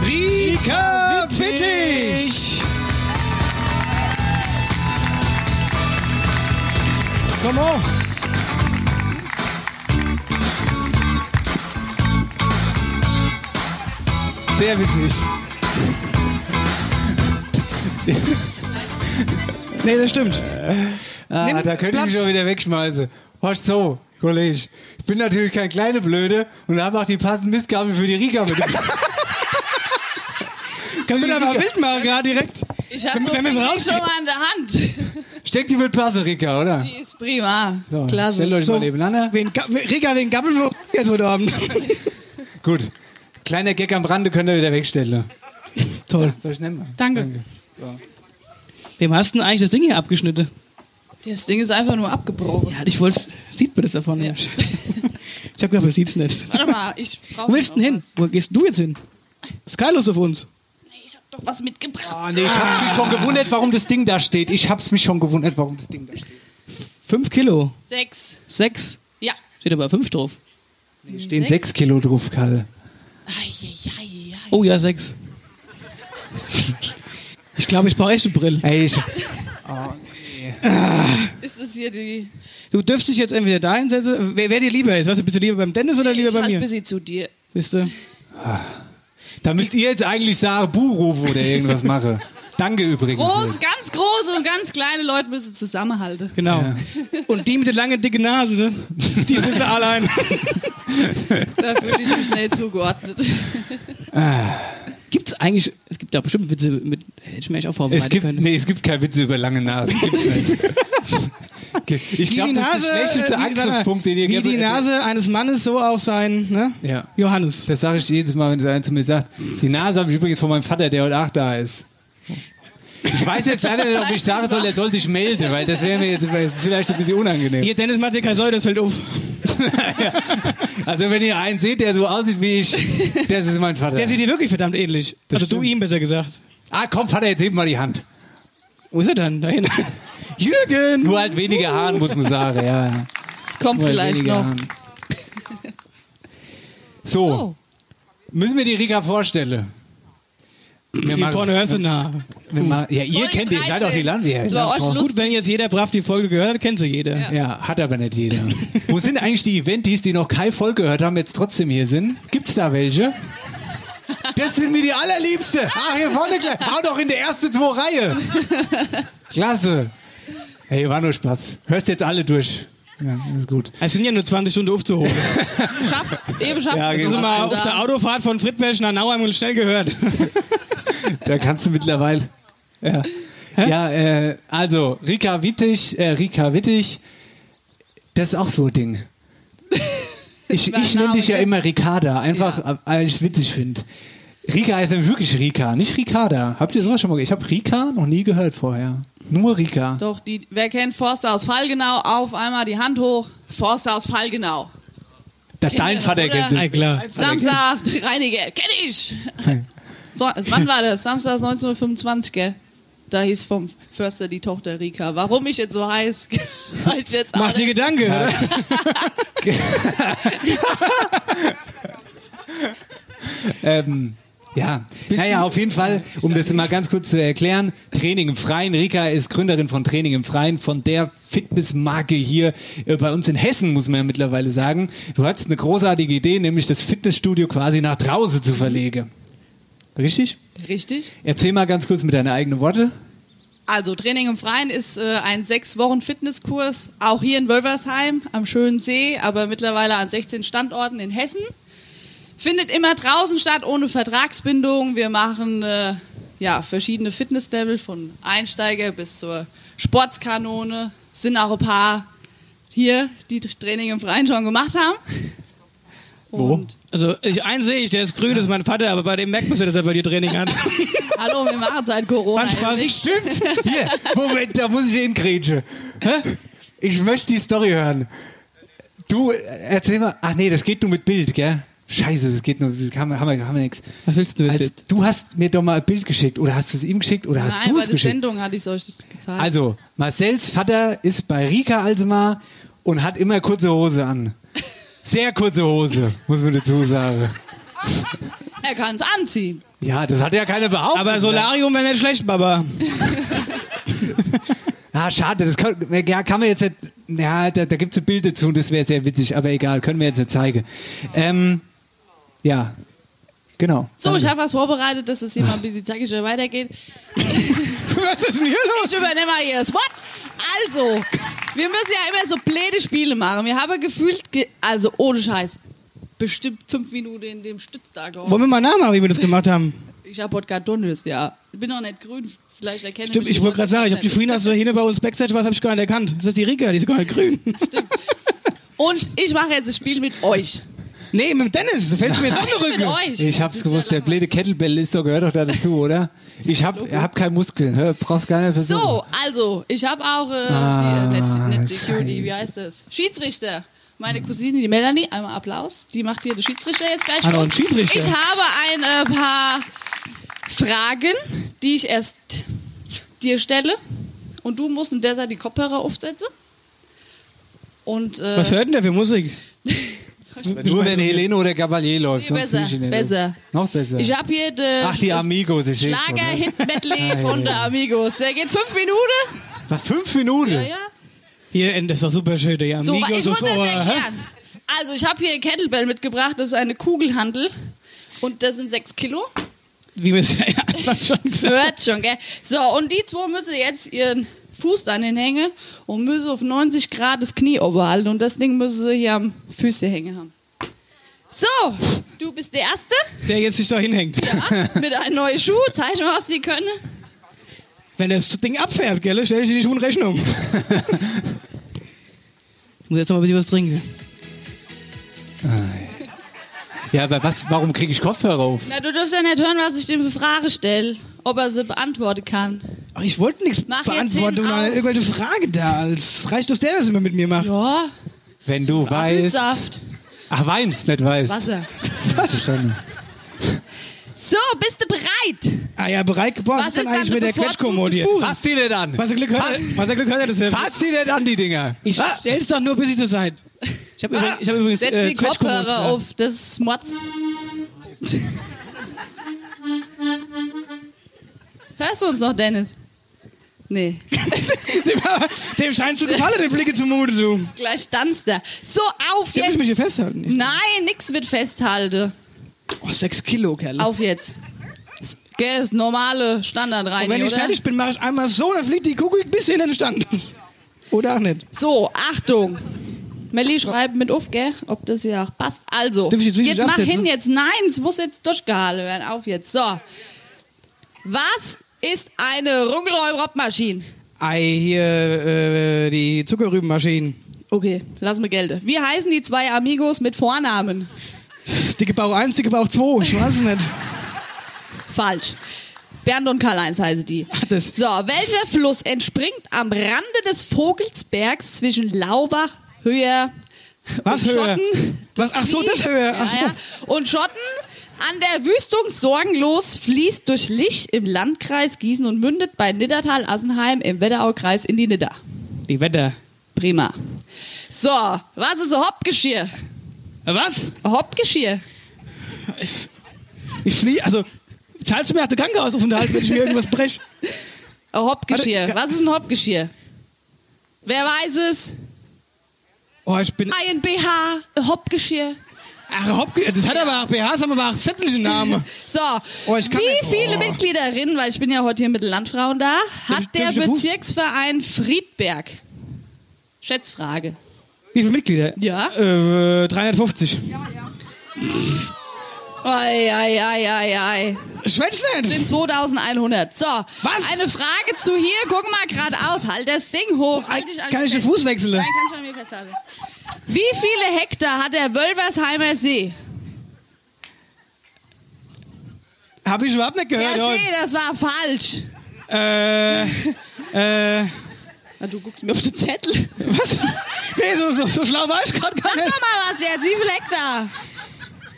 [SPEAKER 6] Rika
[SPEAKER 8] Wittig.
[SPEAKER 6] Komm hoch.
[SPEAKER 8] Sehr witzig.
[SPEAKER 6] Nee, das stimmt.
[SPEAKER 8] Ah,
[SPEAKER 6] Nimm
[SPEAKER 8] da könnte ich
[SPEAKER 6] Platz.
[SPEAKER 8] mich schon wieder wegschmeißen. Horst so, Kollege. Ich bin natürlich kein kleine Blöde und habe auch die passenden Mistgabel für die Rika mit.
[SPEAKER 6] <laughs> Können wir da mal wild machen, gerade direkt.
[SPEAKER 10] Ich hab
[SPEAKER 6] Wenn-
[SPEAKER 10] so
[SPEAKER 6] wenn wir's
[SPEAKER 10] viel
[SPEAKER 6] rauskriegen.
[SPEAKER 10] schon mal in der Hand.
[SPEAKER 8] Steck die mit Passe, Rika, oder?
[SPEAKER 10] Die ist prima.
[SPEAKER 8] So, Stellt
[SPEAKER 10] Klasse.
[SPEAKER 8] euch mal nebeneinander.
[SPEAKER 6] Wen, Ga- Rika, wen gabbeln wir jetzt heute Abend?
[SPEAKER 8] Gut. Kleiner Gag am Rande könnt ihr wieder wegstellen.
[SPEAKER 6] Toll.
[SPEAKER 8] Soll ich nennen?
[SPEAKER 10] Danke.
[SPEAKER 6] Wem hast du denn eigentlich das Ding hier abgeschnitten?
[SPEAKER 10] Das Ding ist einfach nur abgebrochen.
[SPEAKER 6] Ja, ich wollte Sieht man das davon? Ja. <laughs> Ich hab gedacht, man sieht's nicht.
[SPEAKER 10] Warte mal, ich brauche.
[SPEAKER 6] Wo willst du denn hin? Wo gehst du jetzt hin? Skylos auf uns.
[SPEAKER 10] Ich hab doch was mitgebracht.
[SPEAKER 8] Oh, nee, ich hab's mich schon gewundert, warum das Ding da steht. Ich hab's mich schon gewundert, warum das Ding da steht.
[SPEAKER 6] Fünf Kilo.
[SPEAKER 10] Sechs.
[SPEAKER 6] Sechs.
[SPEAKER 10] Ja.
[SPEAKER 6] Steht aber fünf drauf.
[SPEAKER 8] Hier stehen sechs Kilo drauf, Karl.
[SPEAKER 10] Eieieiei.
[SPEAKER 6] Oh ja, sechs. <laughs> Ich glaube, ich brauche echt eine Brille.
[SPEAKER 8] Ey, ich,
[SPEAKER 10] Ist es hier die.
[SPEAKER 6] Du dürfst dich jetzt entweder da hinsetzen. Wer, wer dir lieber ist? Weißt du, bist du lieber beim Dennis oder lieber
[SPEAKER 10] ich
[SPEAKER 6] bei
[SPEAKER 10] halt
[SPEAKER 6] mir?
[SPEAKER 10] ein bisschen zu dir.
[SPEAKER 6] Bist du?
[SPEAKER 8] da müsst ihr jetzt eigentlich sagen, Buh rufen oder irgendwas mache. Danke übrigens.
[SPEAKER 10] Groß, ganz große und ganz kleine Leute müssen zusammenhalten.
[SPEAKER 6] Genau. Und die mit der langen, dicken Nase, die sitzen allein.
[SPEAKER 10] Da fühle ich mich schnell zugeordnet.
[SPEAKER 6] <laughs> <laughs> Gibt's eigentlich, es gibt da bestimmt Witze mit, hätte ich mir eigentlich auch vorbereiten
[SPEAKER 8] Es gibt,
[SPEAKER 6] können.
[SPEAKER 8] nee, es gibt keinen Witz über
[SPEAKER 6] <laughs>
[SPEAKER 8] lange Nasen. Gibt's nicht. Ich
[SPEAKER 6] Wie
[SPEAKER 8] glaube,
[SPEAKER 6] die
[SPEAKER 8] das ist der
[SPEAKER 6] Nase,
[SPEAKER 8] schlechteste
[SPEAKER 6] äh, wie-
[SPEAKER 8] Angriffspunkt, den ihr
[SPEAKER 6] Wie die
[SPEAKER 8] gehabt hättet.
[SPEAKER 6] Nase eines Mannes, so auch sein, ne?
[SPEAKER 8] Ja.
[SPEAKER 6] Johannes.
[SPEAKER 8] Das sage ich jedes Mal, wenn einer zu mir sagt. Die Nase habe ich übrigens von meinem Vater, der heute auch da ist. Ich weiß jetzt leider nicht, ob ich sagen soll, er soll sich melden, weil das wäre mir jetzt vielleicht ein bisschen unangenehm.
[SPEAKER 6] Hier, Dennis macht dir kein Soll, das fällt auf.
[SPEAKER 8] Also wenn ihr einen seht, der so aussieht wie ich, das ist mein Vater.
[SPEAKER 6] Der sieht dir wirklich verdammt ähnlich.
[SPEAKER 8] Das
[SPEAKER 6] also du
[SPEAKER 8] stimmt.
[SPEAKER 6] ihm besser gesagt.
[SPEAKER 8] Ah, komm, Vater, jetzt hebt mal die Hand.
[SPEAKER 6] Wo ist er dann? Dahin. Jürgen!
[SPEAKER 8] Nur halt weniger Haaren, muss man sagen, ja.
[SPEAKER 10] Es kommt
[SPEAKER 8] Nur halt
[SPEAKER 10] vielleicht
[SPEAKER 8] weniger
[SPEAKER 10] noch.
[SPEAKER 8] Haaren. So,
[SPEAKER 10] So.
[SPEAKER 8] müssen wir die Rika vorstellen.
[SPEAKER 6] Hier vorne hörst du nah.
[SPEAKER 8] Wir machen, ja, ihr
[SPEAKER 10] Folge
[SPEAKER 8] kennt ihr, seid doch die
[SPEAKER 10] 13.
[SPEAKER 8] Landwehr.
[SPEAKER 10] Das war auch schon
[SPEAKER 6] Gut,
[SPEAKER 10] lustig.
[SPEAKER 6] wenn jetzt jeder brav die Folge gehört hat, kennt sie jeder.
[SPEAKER 8] Ja, hat aber nicht jeder. Wo sind eigentlich die Eventis, die noch keine Folge gehört haben, jetzt trotzdem hier sind? Gibt's da welche? Das sind mir die allerliebste. Ah, hier vorne gleich. Hau doch in der ersten zwei Reihe. Klasse. Hey, war nur Spaß. Hörst jetzt alle durch. Ja, ist gut.
[SPEAKER 6] Es sind ja nur 20 Stunden <laughs> aufzuholen.
[SPEAKER 10] Schafft, eben schafft.
[SPEAKER 8] Ja,
[SPEAKER 10] es.
[SPEAKER 6] Das ist
[SPEAKER 8] genau.
[SPEAKER 6] mal auf der Autofahrt von Friedberg nach Nauheim und schnell gehört.
[SPEAKER 8] <laughs> Da kannst du mittlerweile. Ja, ja äh, also Rika Wittig, äh, Rika Wittig, das ist auch so ein Ding. Ich,
[SPEAKER 10] Mein
[SPEAKER 8] ich nenne dich ja
[SPEAKER 10] Name,
[SPEAKER 8] immer Ricarda, einfach äh, weil ich es witzig finde. Rika heißt nämlich wirklich Rika, nicht Ricarda. Habt ihr sowas schon mal gehört? Ich habe Rika noch nie gehört vorher. Nur Rika.
[SPEAKER 10] Doch, die, wer kennt Forster aus Fallgenau? Auf einmal die Hand hoch. Forster aus Fallgenau.
[SPEAKER 8] Da dein
[SPEAKER 10] ihr,
[SPEAKER 8] Vater
[SPEAKER 10] oder?
[SPEAKER 8] kennt sie.
[SPEAKER 6] Na klar.
[SPEAKER 10] Samstag, Reiniger. Kenn ich.
[SPEAKER 6] Hm.
[SPEAKER 10] So, wann war das? Samstag 1925, gell? Da hieß vom Förster die Tochter Rika. Warum ich jetzt so heiß? <laughs> Weil ich jetzt
[SPEAKER 6] Mach
[SPEAKER 10] auch
[SPEAKER 6] dir
[SPEAKER 10] nicht-
[SPEAKER 6] Gedanken. oder?
[SPEAKER 8] Ähm, ja, naja, auf jeden Fall, um das mal ganz kurz zu erklären, Training im Freien. Rika ist Gründerin von Training im Freien, von der Fitnessmarke hier äh, bei uns in Hessen, muss man ja mittlerweile sagen. Du hattest eine großartige Idee, nämlich das Fitnessstudio quasi nach draußen zu verlegen. Richtig?
[SPEAKER 10] Richtig.
[SPEAKER 8] Erzähl mal ganz kurz mit deinen eigenen Worte.
[SPEAKER 10] Also Training im Freien ist äh, ein sechs Wochen Fitnesskurs, auch hier in Wölversheim am schönen See, aber mittlerweile an 16 Standorten in Hessen. Findet immer draußen statt, ohne Vertragsbindung. Wir machen äh, ja, verschiedene Fitnesslevel von Einsteiger bis zur Sportskanone. Sind auch ein paar hier, die Training im Freien schon gemacht
[SPEAKER 8] <laughs>
[SPEAKER 10] haben. Und
[SPEAKER 6] Also, ich, einen sehe ich, der ist grün, das ist mein Vater, aber bei dem merkt man ja, dass er bei dir Training <laughs> hat.
[SPEAKER 10] hallo, wir machen seit Corona.
[SPEAKER 6] Hat Spaß.
[SPEAKER 10] nicht.
[SPEAKER 8] Stimmt! Hier, Moment, da muss ich hingrätsche. Hä? Ich möchte die Story hören. Du, äh, erzähl mal. Ach nee, das geht nur mit Bild, gell? Scheiße, das geht nur mit Bild. Haben wir, haben wir, haben wir nix.
[SPEAKER 6] Was willst du
[SPEAKER 8] Als, du hast mir doch mal ein Bild geschickt oder hast du es ihm geschickt oder hast
[SPEAKER 10] Nein,
[SPEAKER 8] du
[SPEAKER 10] bei
[SPEAKER 8] es
[SPEAKER 10] der
[SPEAKER 8] geschickt?
[SPEAKER 10] Sendung hatte ich es euch gezeigt.
[SPEAKER 8] Also, Marcells Vater ist bei Rika also mal und hat immer kurze Hose an. Sehr kurze Hose, muss man dazu sagen.
[SPEAKER 10] er kann es anziehen.
[SPEAKER 8] Ja, das hat ja keiner behauptet.
[SPEAKER 6] Aber Solarium wäre nicht schlecht, Baba.
[SPEAKER 8] Ah, schade, das kann, ja, kann man jetzt nicht. Ja, da, da gibt es ein Bild dazu und das wäre sehr witzig, aber egal, können wir jetzt nicht zeigen. Ähm, ja, genau.
[SPEAKER 10] So, ich habe was vorbereitet, dass es hier mal ein bisschen zackiger weitergeht.
[SPEAKER 6] <laughs> Was ist denn hier los?
[SPEAKER 10] Ich übernehme mal hier das Wort. Also, wir müssen ja immer so blöde Spiele machen. Wir haben gefühlt, ge also ohne Scheiß, bestimmt fünf Minuten in dem Stütz da gehauen.
[SPEAKER 6] Wollen wir mal nachmachen, wie wir das gemacht haben?
[SPEAKER 10] Ich habe heute Kartoffeln, ja. Ich bin noch nicht grün, vielleicht erkennen
[SPEAKER 6] Stimmt, ich wollte gerade sagen, ich habe die vorhin, als du hier bei uns Backstage warst, habe ich gar nicht erkannt. Das ist die Rika, die ist gar nicht grün.
[SPEAKER 10] Und ich mache jetzt das Spiel mit euch.
[SPEAKER 6] <laughs> Nee, mit dem Dennis, du fällst mir jetzt auf <laughs> den
[SPEAKER 10] Mit
[SPEAKER 6] Rücken.
[SPEAKER 10] euch.
[SPEAKER 8] Ich hab's gewusst, der blöde Kettlebell ist doch, gehört doch da dazu, oder? Ich hab, hab keinen Muskel, hör, brauchst gar nicht versuchen.
[SPEAKER 10] So, also, ich habe auch äh,
[SPEAKER 8] Ah,
[SPEAKER 10] sie, äh, nicht, nicht Security,
[SPEAKER 8] scheiße.
[SPEAKER 10] wie heißt das? Schiedsrichter. Meine Cousine, die Melanie, einmal Applaus. Die macht hier den Schiedsrichter jetzt gleich.
[SPEAKER 6] Hallo,
[SPEAKER 10] Und
[SPEAKER 6] ein Schiedsrichter.
[SPEAKER 10] Ich habe ein äh, paar Fragen, die ich erst dir stelle. Und du musst in der Zeit die Kopfhörer aufsetzen. Und äh,
[SPEAKER 6] Was hört denn der für <laughs> Musik?
[SPEAKER 8] Nur wenn Helene oder Gabalier läuft,
[SPEAKER 10] Nee,
[SPEAKER 8] sonst
[SPEAKER 10] besser,
[SPEAKER 8] nicht in der
[SPEAKER 10] besser.
[SPEAKER 8] Luft. Noch besser.
[SPEAKER 10] ich habe hier den
[SPEAKER 8] Ach, die
[SPEAKER 10] das
[SPEAKER 8] Amigos, ich seh's schon. ne? <laughs>
[SPEAKER 10] Schlager-Hit-Medley von der Amigos. Der geht fünf Minuten.
[SPEAKER 8] Was, fünf Minuten?
[SPEAKER 10] Ja, ja.
[SPEAKER 6] Hier, äh, das ist doch super schön, der
[SPEAKER 10] So,
[SPEAKER 6] Amigo äh,
[SPEAKER 10] ich muss das erklären. Also, ich habe hier Kettlebell mitgebracht. Das ist eine Kugelhandel. Und das sind 6
[SPEAKER 6] <laughs>
[SPEAKER 10] Kilo.
[SPEAKER 6] Wie wir es <laughs> ja einfach schon gesagt haben.
[SPEAKER 10] Hört schon, gell? So, und die zwei müssen jetzt ihren Fuß an den Hänge und müssen auf 90 Grad das Knie oberhalten. Und das Ding müssen sie hier am Füße hängen haben. So, du bist der Erste
[SPEAKER 6] Der jetzt sich da hinhängt.
[SPEAKER 10] mit einem neuen Schuh. Zeig mal, was sie können.
[SPEAKER 6] Wenn das Ding abfährt, gell, stelle ich dir die um. Schuhe in Rechnung. ich muss jetzt noch mal ein bisschen was trinken.
[SPEAKER 8] Ja, aber was, warum kriege ich Kopfhörer auf?
[SPEAKER 10] Na, du darfst ja nicht hören, was ich dem für Frage stelle. Ob er sie beantworten kann.
[SPEAKER 6] Ach, ich wollte nichts
[SPEAKER 10] Mach jetzt
[SPEAKER 6] beantworten
[SPEAKER 10] hin,
[SPEAKER 6] und dann
[SPEAKER 10] auf.
[SPEAKER 6] äh, irgendwelche Frage da. Es reicht doch der, dass immer mit mir macht.
[SPEAKER 10] Ja,
[SPEAKER 8] Wenn du weißt.
[SPEAKER 10] Apfelsaft,
[SPEAKER 8] Ach, weinst, nicht
[SPEAKER 6] <laughs>
[SPEAKER 8] weißt.
[SPEAKER 10] Wasser.
[SPEAKER 8] Verstanden.
[SPEAKER 10] So, bist du bereit?
[SPEAKER 6] Ah ja, bereit geboren. Was,
[SPEAKER 10] Was
[SPEAKER 6] ist denn
[SPEAKER 10] ist
[SPEAKER 6] eigentlich
[SPEAKER 10] deine
[SPEAKER 6] mit der
[SPEAKER 10] bevorzugte
[SPEAKER 6] Quetschkommode?
[SPEAKER 10] Fuß?
[SPEAKER 8] Fass die denn an?
[SPEAKER 6] Was ein Glück hat, was ein Glück hat, das
[SPEAKER 8] Fass die denn an, die Dinger?
[SPEAKER 6] Ich stell's doch nur bis ich zur Zeit. Ich habe übrigens, ich hab übrigens
[SPEAKER 10] Ah. Setz
[SPEAKER 6] äh,
[SPEAKER 10] die
[SPEAKER 6] Quetschkommode
[SPEAKER 10] Kopfhörer
[SPEAKER 6] gesagt.
[SPEAKER 10] auf, das ist Motz. Hörst du uns noch, Dennis? Nee,
[SPEAKER 6] Dem, dem scheint zu gefallen, den Blicke zumute, du.
[SPEAKER 10] gleich tanzt er. So, auf
[SPEAKER 6] Darf ich
[SPEAKER 10] jetzt!
[SPEAKER 6] mich hier festhalten? Ich,
[SPEAKER 10] Nein, nix mit festhalte.
[SPEAKER 6] oh, sechs Kilo, Kerl.
[SPEAKER 10] Auf jetzt. Gell, ist normale Standard rein,
[SPEAKER 6] Und wenn ich
[SPEAKER 10] oder?
[SPEAKER 6] fertig bin, mache ich einmal so, dann fliegt die Kugel bis in den Stand. <laughs> Oder auch nicht.
[SPEAKER 10] So, Achtung. Melli schreibt mit auf, gell? Ob das ja auch passt. Also,
[SPEAKER 6] Darf ich jetzt
[SPEAKER 10] jetzt,
[SPEAKER 6] wirklich
[SPEAKER 10] mach
[SPEAKER 6] absetzen?
[SPEAKER 10] hin jetzt. Nein, es muss jetzt durchgehalten werden. Auf jetzt. So. Was ist eine Runkelräubermaschine?
[SPEAKER 6] Ei, hier, äh, die Zuckerrübenmaschinen.
[SPEAKER 10] Okay, lass mir gelten. Wie heißen die zwei Amigos mit Vornamen?
[SPEAKER 6] Dicke Bauch 1, dicke Bauch 2, ich weiß es
[SPEAKER 10] <laughs>
[SPEAKER 6] nicht.
[SPEAKER 10] Falsch. Bernd und Karl-Heinz heißen die.
[SPEAKER 6] Das,
[SPEAKER 10] So, welcher Fluss entspringt am Rande des Vogelsbergs zwischen Laubach, Höhe
[SPEAKER 6] was
[SPEAKER 10] und
[SPEAKER 6] höher?
[SPEAKER 10] Schotten?
[SPEAKER 6] Was, ach so, das höher. Ach so.
[SPEAKER 10] Ja, ja. Und Schotten an der Wüstung sorgenlos fließt durch Lich im Landkreis Gießen und mündet bei Niddertal-Assenheim im Wetteraukreis in die Nidder.
[SPEAKER 6] Die Wetter.
[SPEAKER 10] Prima. So, was ist ein Hauptgeschirr? Äh,
[SPEAKER 6] Was?
[SPEAKER 10] Ein Hauptgeschirr.
[SPEAKER 6] Ich flieh, also, zahlst du mir nach der Krankenhausaufenthalt, wenn ich mir irgendwas brech?
[SPEAKER 10] Ein Hauptgeschirr.
[SPEAKER 6] Warte,
[SPEAKER 10] Was ist ein Hauptgeschirr? Wer weiß es?
[SPEAKER 6] Oh, ich
[SPEAKER 10] <laughs>
[SPEAKER 6] bin.
[SPEAKER 10] Ein BH, ein Hauptgeschirr.
[SPEAKER 6] Ach, Hopke, das hat aber auch BHs, haben aber auch zettelchen Namen.
[SPEAKER 10] So,
[SPEAKER 6] Oh, ich kann
[SPEAKER 10] wie
[SPEAKER 6] nicht-
[SPEAKER 10] viele
[SPEAKER 6] Oh.
[SPEAKER 10] Mitgliederinnen, weil ich bin ja heute hier mit den Landfrauen da,
[SPEAKER 6] ich-
[SPEAKER 10] hat
[SPEAKER 6] darf
[SPEAKER 10] der
[SPEAKER 6] ich den Fuß-
[SPEAKER 10] Bezirksverein Friedberg? Schätzfrage.
[SPEAKER 6] Wie viele Mitglieder?
[SPEAKER 10] Ja.
[SPEAKER 6] Äh, 350.
[SPEAKER 10] Ei, ei, ei, ei, ei.
[SPEAKER 6] Schwätz nicht!
[SPEAKER 10] Sind 2100. So,
[SPEAKER 6] Was?
[SPEAKER 10] eine Frage zu hier. Guck mal gerade aus. Halt das Ding hoch. Halt dich an
[SPEAKER 6] Kann
[SPEAKER 10] mir
[SPEAKER 6] ich den
[SPEAKER 10] fest.
[SPEAKER 6] Fuß wechseln?
[SPEAKER 10] Nein, kannst du an mir festhalten. Wie viele Hektar hat der Wölversheimer See?
[SPEAKER 6] Hab ich überhaupt nicht
[SPEAKER 10] Der
[SPEAKER 6] gehört
[SPEAKER 10] See, das war falsch.
[SPEAKER 6] heute. Äh, äh,
[SPEAKER 10] Na, du guckst mir auf den Zettel.
[SPEAKER 6] was? Nee, so, so, so schlau war ich gerade gar
[SPEAKER 10] <laughs> Sag doch
[SPEAKER 6] nicht.
[SPEAKER 10] mal was jetzt. Wie viele Hektar?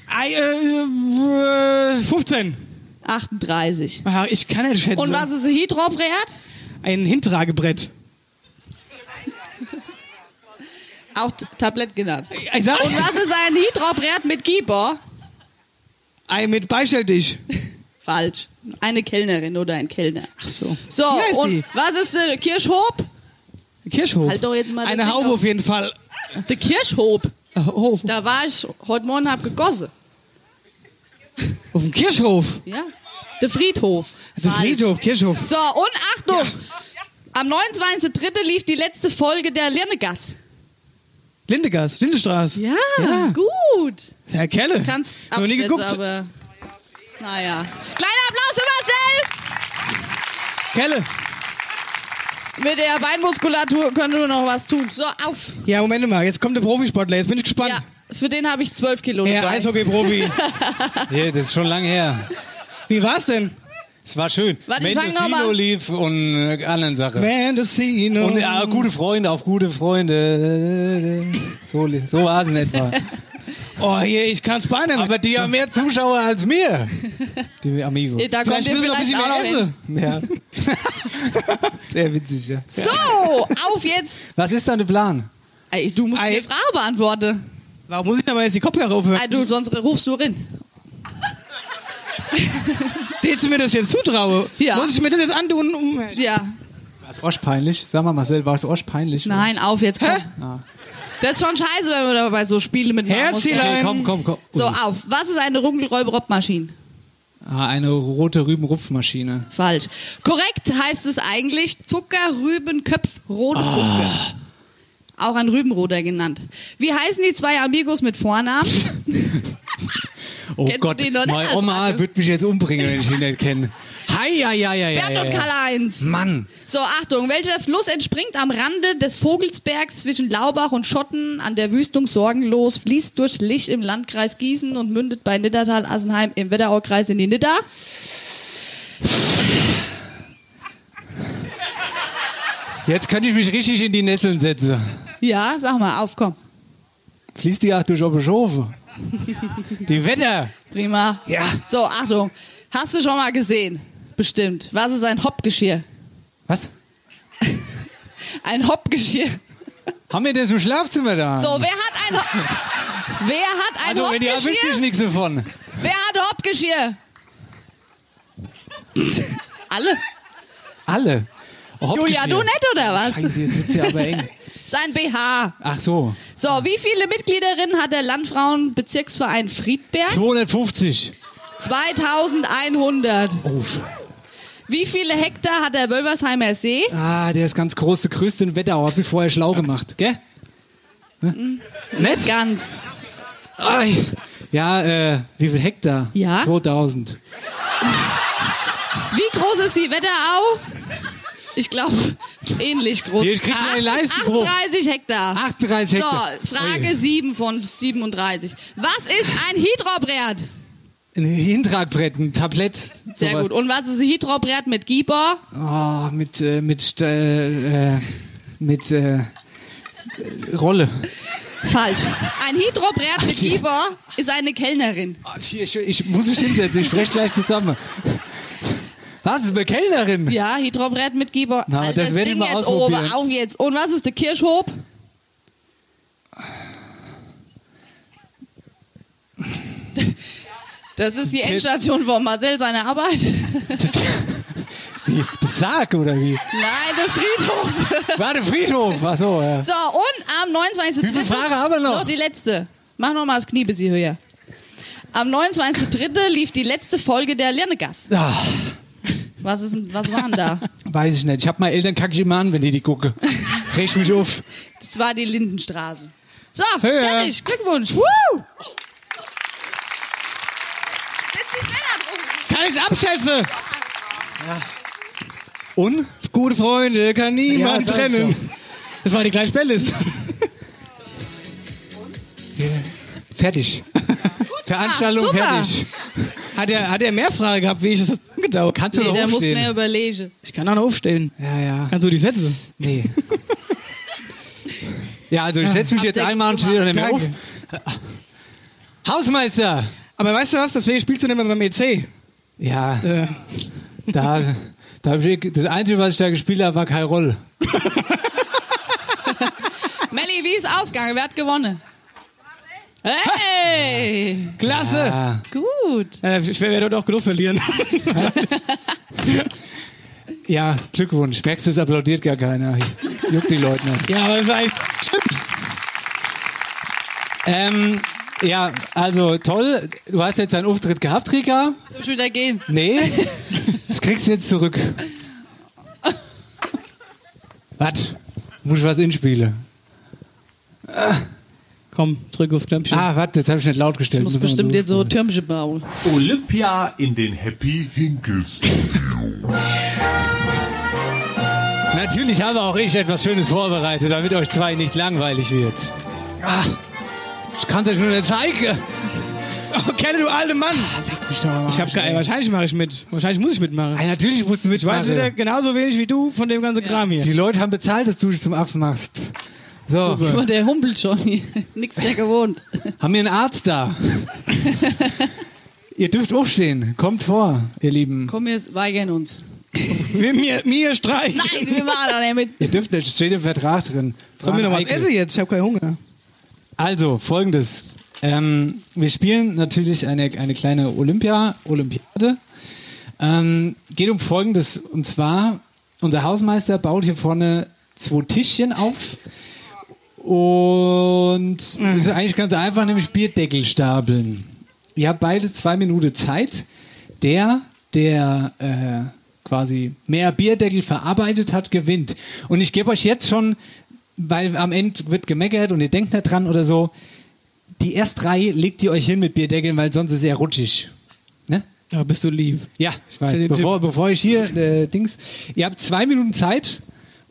[SPEAKER 6] Ei, äh, äh, 15.
[SPEAKER 10] 38.
[SPEAKER 6] Ach, ich kann nicht schätzen.
[SPEAKER 10] Und was ist ein Hydropferd?
[SPEAKER 6] Ein Hintragebrett.
[SPEAKER 10] Auch T- Tablett genannt.
[SPEAKER 6] Ich sag,
[SPEAKER 10] Und was ist ein Hydropferd mit Keyboard?
[SPEAKER 6] Ei, mit beistell dich.
[SPEAKER 10] Falsch. Eine Kellnerin oder ein Kellner.
[SPEAKER 6] Ach so.
[SPEAKER 10] So,
[SPEAKER 6] Wie heißt
[SPEAKER 10] und
[SPEAKER 6] die?
[SPEAKER 10] was ist der Kirschhob?
[SPEAKER 6] Kirschhof.
[SPEAKER 10] Halt doch jetzt mal das
[SPEAKER 6] Eine
[SPEAKER 10] Ding
[SPEAKER 6] Haube
[SPEAKER 10] auf.
[SPEAKER 6] auf jeden Fall.
[SPEAKER 10] Der Kirschhob.
[SPEAKER 6] Äh, Hof.
[SPEAKER 10] Da war ich heute Morgen hab gegossen.
[SPEAKER 6] Auf dem Kirschhof.
[SPEAKER 10] Ja. Der Friedhof.
[SPEAKER 6] Der
[SPEAKER 10] Falsch.
[SPEAKER 6] Friedhof, Kirschhof.
[SPEAKER 10] So, und Achtung! Am 29.03. lief die letzte Folge der Lirnegas.
[SPEAKER 6] Lindegas, Lindestraße.
[SPEAKER 10] Ja,
[SPEAKER 6] Ja.
[SPEAKER 10] gut.
[SPEAKER 6] Herr Kelle.
[SPEAKER 10] Kannst
[SPEAKER 6] Noch nie
[SPEAKER 10] absetzen,
[SPEAKER 6] geguckt.
[SPEAKER 10] aber. Naja. Kleiner Applaus für Marcel!
[SPEAKER 6] Kelle.
[SPEAKER 10] Mit der Beinmuskulatur können wir noch was tun. So, auf.
[SPEAKER 6] Ja, Moment mal. Jetzt kommt der Profisportler. Jetzt bin ich gespannt.
[SPEAKER 10] Ja, für den habe ich 12 Kilo
[SPEAKER 6] Herr
[SPEAKER 10] dabei.
[SPEAKER 6] Eishockey-Profi.
[SPEAKER 8] <laughs> Ja, das ist schon lange her.
[SPEAKER 6] Wie war's denn?
[SPEAKER 8] Es war schön.
[SPEAKER 10] Warte, ich fang noch
[SPEAKER 8] Mendocino
[SPEAKER 10] mal.
[SPEAKER 8] lief und äh, anderen Sache.
[SPEAKER 6] Mendocino.
[SPEAKER 8] Und ja, gute Freunde auf gute Freunde. So, li- so war es in etwa.
[SPEAKER 6] oh, hier, ich kann's beinahe.
[SPEAKER 8] Aber die haben mehr Zuschauer als mir. Die Amigos.
[SPEAKER 10] Da kommt
[SPEAKER 6] vielleicht
[SPEAKER 10] ihr
[SPEAKER 6] müssen wir noch ein
[SPEAKER 10] vielleicht auch
[SPEAKER 6] bisschen
[SPEAKER 10] noch
[SPEAKER 6] mehr
[SPEAKER 10] hin.
[SPEAKER 6] essen.
[SPEAKER 8] Ja. Sehr witzig, ja.
[SPEAKER 10] So, auf jetzt.
[SPEAKER 8] Was ist dein Plan?
[SPEAKER 10] Ey, du musst
[SPEAKER 6] Ei.
[SPEAKER 10] die Frage beantworten.
[SPEAKER 6] Warum muss ich denn aber jetzt die Kopfhörer aufhören?
[SPEAKER 10] Ey, Ah, du, sonst rufst du rein.
[SPEAKER 6] Willst du mir das jetzt zutraue?
[SPEAKER 10] Ja.
[SPEAKER 6] Muss ich mir das jetzt antun? Um
[SPEAKER 10] Ja.
[SPEAKER 8] War es Osch peinlich? Sag mal, Marcel, war es Osch peinlich?
[SPEAKER 10] Nein, auf jetzt. Komm. Ah. Das ist schon scheiße, wenn man dabei so Spiele mit
[SPEAKER 6] Herzelein.
[SPEAKER 8] Okay, komm, komm, komm.
[SPEAKER 10] So, auf. Was ist eine Runkelräuber-Maschine?
[SPEAKER 8] Ah, eine rote Rübenrupfmaschine.
[SPEAKER 10] Falsch. Korrekt heißt es eigentlich
[SPEAKER 8] Ah.
[SPEAKER 10] Zuckerrübenköpf-Rodepuppe. Auch ein Rübenroder genannt. Wie heißen die zwei Amigos mit Vornamen?
[SPEAKER 8] <laughs> Oh
[SPEAKER 10] Kennst du
[SPEAKER 8] Gott,
[SPEAKER 10] den noch nicht Also
[SPEAKER 8] meine
[SPEAKER 10] als
[SPEAKER 8] Oma
[SPEAKER 10] Radio?
[SPEAKER 8] wird mich jetzt umbringen, wenn ich ihn nicht kenne. Hei, hei, hei, hei,
[SPEAKER 10] Bernd
[SPEAKER 8] hei,
[SPEAKER 10] und
[SPEAKER 8] hei.
[SPEAKER 10] Karl-Heinz.
[SPEAKER 8] Mann,
[SPEAKER 10] So, Achtung, welcher Fluss entspringt am Rande des Vogelsbergs zwischen Laubach und Schotten an der Wüstung sorgenlos, fließt durch Lich im Landkreis Gießen und mündet bei Niddertal-Assenheim im Wetteraukreis in die Nidda?
[SPEAKER 8] jetzt könnte ich mich richtig in die Nesseln setzen.
[SPEAKER 10] Ja, sag mal, auf, komm.
[SPEAKER 8] Fließt die auch durch Obischofe? die Wetter.
[SPEAKER 10] Prima.
[SPEAKER 8] Ja.
[SPEAKER 10] So, Achtung, hast du schon mal gesehen? Bestimmt. Was ist ein Hoppgeschirr?
[SPEAKER 8] Was?
[SPEAKER 10] Ein Hoppgeschirr.
[SPEAKER 8] Haben wir das im Schlafzimmer da?
[SPEAKER 10] So, wer hat ein Hopp... Wer hat ein
[SPEAKER 8] also, wenn die auch wüsste ich
[SPEAKER 10] Hoppgeschirr?
[SPEAKER 8] nichts davon.
[SPEAKER 10] Wer hat Hoppgeschirr? Alle.
[SPEAKER 8] Alle. Oh, hopp,
[SPEAKER 10] Julia,
[SPEAKER 8] geschmiert.
[SPEAKER 10] du nett oder was?
[SPEAKER 8] Scheiße, jetzt wird's hier aber eng.
[SPEAKER 10] Sein BH.
[SPEAKER 8] Ach so.
[SPEAKER 10] So, wie viele Mitgliederinnen hat der Landfrauenbezirksverein Friedberg?
[SPEAKER 8] 250.
[SPEAKER 10] 2100.
[SPEAKER 8] Oh, Scheiße.
[SPEAKER 10] Wie viele Hektar hat der Wölversheimer See?
[SPEAKER 8] Ah, der ist ganz groß, der größte in Wetterau. Hat mich vorher schlau gemacht, gell? Hm? Nett?
[SPEAKER 10] Ganz.
[SPEAKER 8] Ei. Ja, äh, wie viel Hektar?
[SPEAKER 10] Ja.
[SPEAKER 8] 2000.
[SPEAKER 10] Wie groß ist die Wetterau? Ich glaube, ähnlich groß.
[SPEAKER 8] Hier, ich krieg gleich einen Leistenbruch.
[SPEAKER 10] 38 Hektar.
[SPEAKER 8] 38 Hektar.
[SPEAKER 10] Ah.
[SPEAKER 8] Oh
[SPEAKER 10] So, Frage 7 von 37. Was ist ein Hydrobrett?
[SPEAKER 8] Ein Hintragbrett, ein Tablett.
[SPEAKER 10] Sehr
[SPEAKER 8] sowas.
[SPEAKER 10] gut. Und was ist ein Hydrobrett mit Gieber?
[SPEAKER 8] Oh, mit, äh, mit, St- äh, äh, mit, äh, Rolle.
[SPEAKER 10] Falsch. Ein Hydrobrett mit Gieber ist eine Kellnerin.
[SPEAKER 8] Oh, hier, ich, ich muss mich hinsetzen, ich spreche gleich zusammen. Was ist eine Kellnerin?
[SPEAKER 10] Ja, Hydrobrett mit Gieber.
[SPEAKER 8] Na,
[SPEAKER 10] Alter,
[SPEAKER 8] das werd ich
[SPEAKER 10] Ding
[SPEAKER 8] mal
[SPEAKER 10] jetzt
[SPEAKER 8] ausprobieren.
[SPEAKER 10] oben. Auf jetzt. Und was ist der Kirschhob? Das ist die Endstation von Marcel, seine Arbeit.
[SPEAKER 8] Wie? Das Sarg oder wie?
[SPEAKER 10] Nein, der Friedhof.
[SPEAKER 8] Warte, Friedhof. Ach so, ja.
[SPEAKER 10] So, und am 29.
[SPEAKER 8] Wie viele Fragen haben wir noch?
[SPEAKER 10] Noch die letzte. Mach noch mal das Knie bis hier höher. Am 29.3. lief die letzte Folge der Lernegas.
[SPEAKER 8] Ah,
[SPEAKER 10] Was, ist, denn- was war denn da?
[SPEAKER 8] weiß ich nicht. Ich hab meine Eltern kacke ich immer an, wenn die die gucken. Rech mich auf.
[SPEAKER 10] Das war die Lindenstraße. So,
[SPEAKER 8] Höher.
[SPEAKER 10] fertig. Glückwunsch. Woo! Setz dich schneller drum.
[SPEAKER 6] Kann ich abschätzen?
[SPEAKER 8] Und?
[SPEAKER 6] Gute Freunde, kann niemand
[SPEAKER 8] Ja, sag ich
[SPEAKER 6] trennen. Das war die gleiche Bellis.
[SPEAKER 8] <laughs> Fertig. Veranstaltung
[SPEAKER 10] super.
[SPEAKER 8] fertig.
[SPEAKER 6] Hat er, hat er mehr Fragen gehabt, wie ich das hat gedauert.
[SPEAKER 8] Kannst du
[SPEAKER 10] Nee, der
[SPEAKER 8] noch
[SPEAKER 10] muss
[SPEAKER 8] aufstehen?
[SPEAKER 10] mehr überlegen.
[SPEAKER 6] Ich kann auch noch aufstehen.
[SPEAKER 8] ja, ja.
[SPEAKER 6] Kannst du die Sätze?
[SPEAKER 8] Nee. ja, also ich setze mich jetzt
[SPEAKER 10] Abdeckung
[SPEAKER 8] einmal und stehe dann nicht mehr auf.
[SPEAKER 6] Danke.
[SPEAKER 8] Hausmeister!
[SPEAKER 6] Aber weißt du was? Deswegen spielst du nicht mehr beim EC.
[SPEAKER 8] Ja,
[SPEAKER 6] Äh,
[SPEAKER 8] da, da hab ich, das Einzige, was ich da gespielt habe, war Kai Roll.
[SPEAKER 10] Melli, wie ist Ausgang? Wer hat gewonnen? Hey!
[SPEAKER 6] klasse!
[SPEAKER 8] Ah.
[SPEAKER 10] Gut.
[SPEAKER 6] Äh, ich werde dort auch genug verlieren.
[SPEAKER 8] <laughs> Ja, Glückwunsch. Merkst du, es applaudiert gar keiner. Juckt die Leute nicht.
[SPEAKER 6] ja, aber das ist eigentlich.
[SPEAKER 8] Ähm, ja, also toll. Du hast jetzt deinen Auftritt gehabt, Rika.
[SPEAKER 10] Soll ich wieder gehen?
[SPEAKER 8] Nee, das kriegst du jetzt zurück. Was? Muss ich was inspielen?
[SPEAKER 6] Komm, drück auf Knöpfchen.
[SPEAKER 8] Ah, warte, jetzt habe ich nicht laut gestellt.
[SPEAKER 10] Ich muss
[SPEAKER 8] Muss man
[SPEAKER 10] bestimmt
[SPEAKER 8] so-
[SPEAKER 10] jetzt so Türmchen bauen.
[SPEAKER 11] Olympia in den Happy Hinkels.
[SPEAKER 8] Natürlich habe auch ich etwas Schönes vorbereitet, damit euch zwei nicht langweilig wird. Ah, ich kann es euch nur nicht zeigen.
[SPEAKER 6] Oh, Kelle, du alte Mann!
[SPEAKER 8] Ah,
[SPEAKER 6] Ich hab ge- wahrscheinlich mache ich mit. Wahrscheinlich muss ich mitmachen.
[SPEAKER 8] Ey, natürlich musst du mit.
[SPEAKER 6] Ich weiß wieder genauso wenig wie du von dem ganzen Kram hier.
[SPEAKER 8] Die Leute haben bezahlt, dass du dich zum Affen machst. So,
[SPEAKER 10] Aber der humpelt schon. <laughs> hier. Nix mehr gewohnt.
[SPEAKER 8] haben wir einen
[SPEAKER 6] <laughs>
[SPEAKER 8] Arzt da? ihr dürft aufstehen. Kommt vor, ihr Lieben.
[SPEAKER 10] Komm, wir weigern uns.
[SPEAKER 6] Wir, mir, mir streichen.
[SPEAKER 10] Nein, wir machen da nicht mit.
[SPEAKER 8] Ihr dürft nicht, steht im Vertrag drin.
[SPEAKER 6] Sollen wir noch was
[SPEAKER 8] Eikel.
[SPEAKER 6] essen jetzt? Ich habe keinen Hunger.
[SPEAKER 8] Also, folgendes. Ähm, wir spielen natürlich eine, eine kleine Olympia, Olympiade. Ähm, geht um folgendes. Und zwar, unser Hausmeister baut hier vorne zwei Tischchen auf. Und es ist eigentlich ganz einfach, nämlich Bierdeckel stapeln. Ihr habt beide zwei Minuten Zeit. Der, der äh, quasi mehr Bierdeckel verarbeitet hat, gewinnt. Und ich gebe euch jetzt schon, weil am Ende wird gemeckert und ihr denkt nicht dran oder so, die S3 legt ihr euch hin mit Bierdeckeln, weil sonst ist er rutschig. Ne?
[SPEAKER 6] Ja, bist du lieb.
[SPEAKER 8] Ja, ich
[SPEAKER 6] Für
[SPEAKER 8] weiß.
[SPEAKER 6] den
[SPEAKER 8] Bevor, bevor ich hier äh, Dings. Ihr habt zwei Minuten Zeit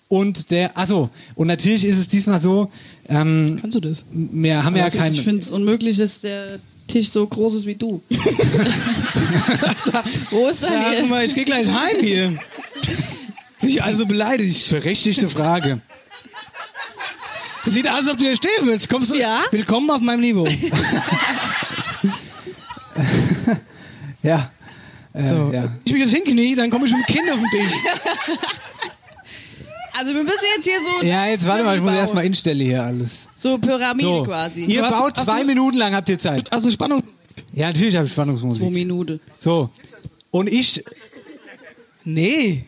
[SPEAKER 8] und der. Achso, und natürlich ist es diesmal so, ähm,
[SPEAKER 6] Kannst du das?
[SPEAKER 8] wir haben ja
[SPEAKER 10] Also, ich
[SPEAKER 8] keinen.
[SPEAKER 10] finde es unmöglich, dass der Tisch so groß ist wie <laughs> du. Wo ist dein
[SPEAKER 6] Sag mal, ich gehe gleich heim hier.
[SPEAKER 8] <laughs>
[SPEAKER 6] Bin ich also beleidigt.
[SPEAKER 8] Berechtigte Frage.
[SPEAKER 6] Es sieht aus, als ob du hier stehen willst. Kommst du?
[SPEAKER 10] Ja?
[SPEAKER 6] Willkommen auf meinem Niveau.
[SPEAKER 8] <laughs> Ja. Äh,
[SPEAKER 6] So.
[SPEAKER 8] ja.
[SPEAKER 6] Ich will jetzt hinknie, dann komme ich mit dem Kind auf den Tisch.
[SPEAKER 10] Also wir müssen jetzt hier
[SPEAKER 6] <laughs>
[SPEAKER 10] so
[SPEAKER 8] ja, jetzt warte mal, ich muss
[SPEAKER 10] bauen.
[SPEAKER 8] erstmal instelle hier alles.
[SPEAKER 10] so Pyramide
[SPEAKER 8] So.
[SPEAKER 10] quasi.
[SPEAKER 8] Ihr
[SPEAKER 6] Du hast-
[SPEAKER 8] baut
[SPEAKER 6] hast
[SPEAKER 8] zwei
[SPEAKER 6] du-
[SPEAKER 8] Minuten lang, habt ihr Zeit.
[SPEAKER 6] Also Spannung.
[SPEAKER 8] Ja, natürlich habe ich
[SPEAKER 10] Pro
[SPEAKER 8] Spannungsmusik.
[SPEAKER 10] Minute.
[SPEAKER 8] So. Und ich
[SPEAKER 6] Nee.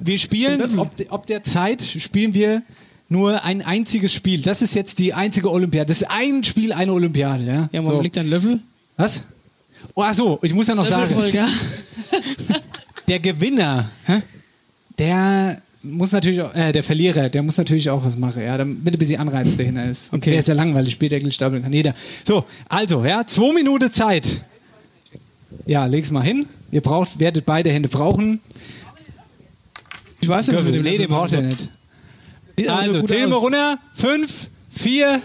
[SPEAKER 8] wir spielen, ob, ob der Zeit spielen wir nur ein einziges Spiel. Das ist jetzt die einzige Olympiade. Das ist ein Spiel, eine Olympiade. Ja,
[SPEAKER 6] Ja, warum liegt da ein Löffel?
[SPEAKER 8] Was? Oh, ach so, ich muss ja noch sagen.
[SPEAKER 10] Löffelfolger.
[SPEAKER 8] der Gewinner, hä? der muss natürlich, auch, äh, der Verlierer, der muss natürlich auch was machen, ja, damit ein bisschen Anreiz dahinter ist. Okay. Der ist ja langweilig, Spieldeckel stapeln kann jeder. So, also, ja, zwei Minuten Zeit. Ja, leg's mal hin. Ihr braucht, werdet beide Hände brauchen.
[SPEAKER 6] Ich weiß nicht, was mit dem
[SPEAKER 8] Nee, den
[SPEAKER 6] Löffel
[SPEAKER 8] braucht ihr
[SPEAKER 6] machen
[SPEAKER 8] nicht.
[SPEAKER 6] Sieht aber
[SPEAKER 8] Also,
[SPEAKER 6] gut
[SPEAKER 8] zählen wir
[SPEAKER 6] aus.
[SPEAKER 8] runter. Fünf, vier.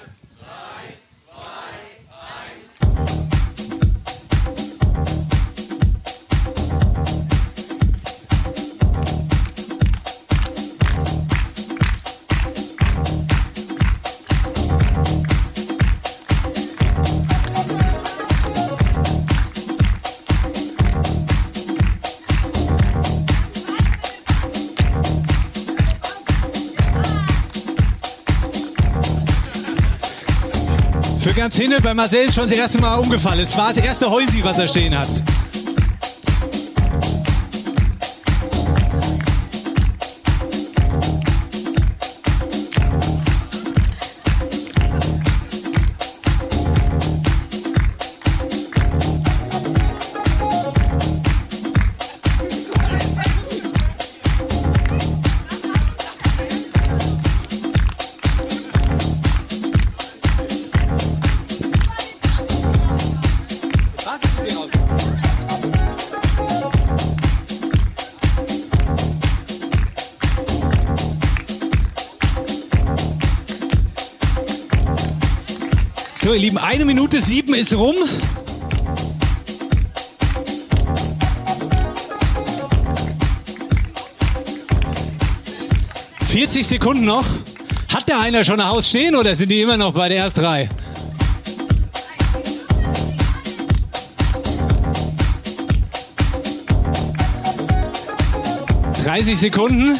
[SPEAKER 8] Für ganz hinten bei Marcel ist schon das erste Mal umgefallen. Es war das erste Häusi, was er stehen hat. So, ihr Lieben, eine Minute sieben ist rum. ...40 Sekunden noch. Hat da einer schon ein Haus stehen oder sind die immer noch bei der Erstreihe? ...30 Sekunden.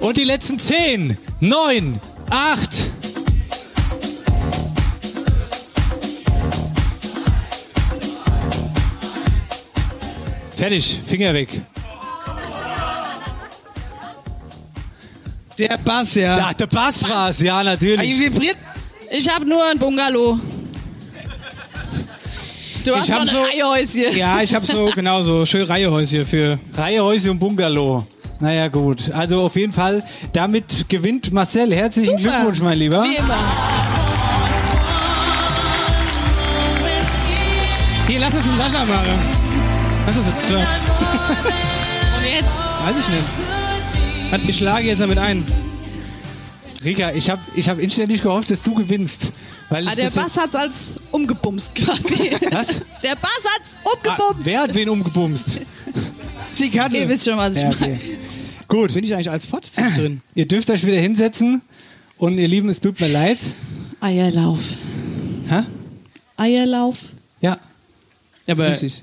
[SPEAKER 8] Und die letzten 10, 9, 8. Fertig, Finger weg.
[SPEAKER 6] Der Bass, ja.
[SPEAKER 8] Ja, der Bass war's, ja, natürlich.
[SPEAKER 6] vibriert.
[SPEAKER 10] Ich habe nur ein Bungalow. Du hast
[SPEAKER 6] Ich
[SPEAKER 10] schon
[SPEAKER 6] hab so-
[SPEAKER 10] ein Eihäuschen.
[SPEAKER 6] Ja, ich habe so,
[SPEAKER 8] <laughs>
[SPEAKER 6] genau so, schön Reihehäuschen für.
[SPEAKER 8] Reihe Häuser und Bungalow. Naja, gut. Also auf jeden Fall, damit gewinnt Marcel. Herzlichen
[SPEAKER 10] Super.
[SPEAKER 8] Glückwunsch, mein Lieber.
[SPEAKER 10] Wie immer.
[SPEAKER 6] Hier, lass es in Sascha machen. Lass es ja,
[SPEAKER 10] Und jetzt Ah,
[SPEAKER 6] Weiß ich nicht. Hat, ich schlage jetzt damit ein.
[SPEAKER 8] Rika, ich habe ich hab inständig gehofft, dass du gewinnst. Weil ich
[SPEAKER 10] Ah, der
[SPEAKER 8] das
[SPEAKER 10] Bass hat's als umgebumst
[SPEAKER 6] <laughs>
[SPEAKER 10] quasi.
[SPEAKER 8] Was?
[SPEAKER 10] Der Bass hat's
[SPEAKER 8] Ah,
[SPEAKER 10] umgebumst.
[SPEAKER 8] wer hat wen umgebumst?
[SPEAKER 6] Die Karte.
[SPEAKER 10] Ihr wisst schon, was ich
[SPEAKER 8] Ja,
[SPEAKER 10] meine.
[SPEAKER 8] okay.
[SPEAKER 10] <laughs>
[SPEAKER 8] Gut.
[SPEAKER 6] Bin ich eigentlich als Fortsetzung drin?
[SPEAKER 8] Ihr dürft euch wieder hinsetzen. Und ihr Lieben, es tut mir leid.
[SPEAKER 10] Eierlauf.
[SPEAKER 8] Hä?
[SPEAKER 10] Eierlauf.
[SPEAKER 8] Ja,
[SPEAKER 6] Ja, aber
[SPEAKER 8] richtig.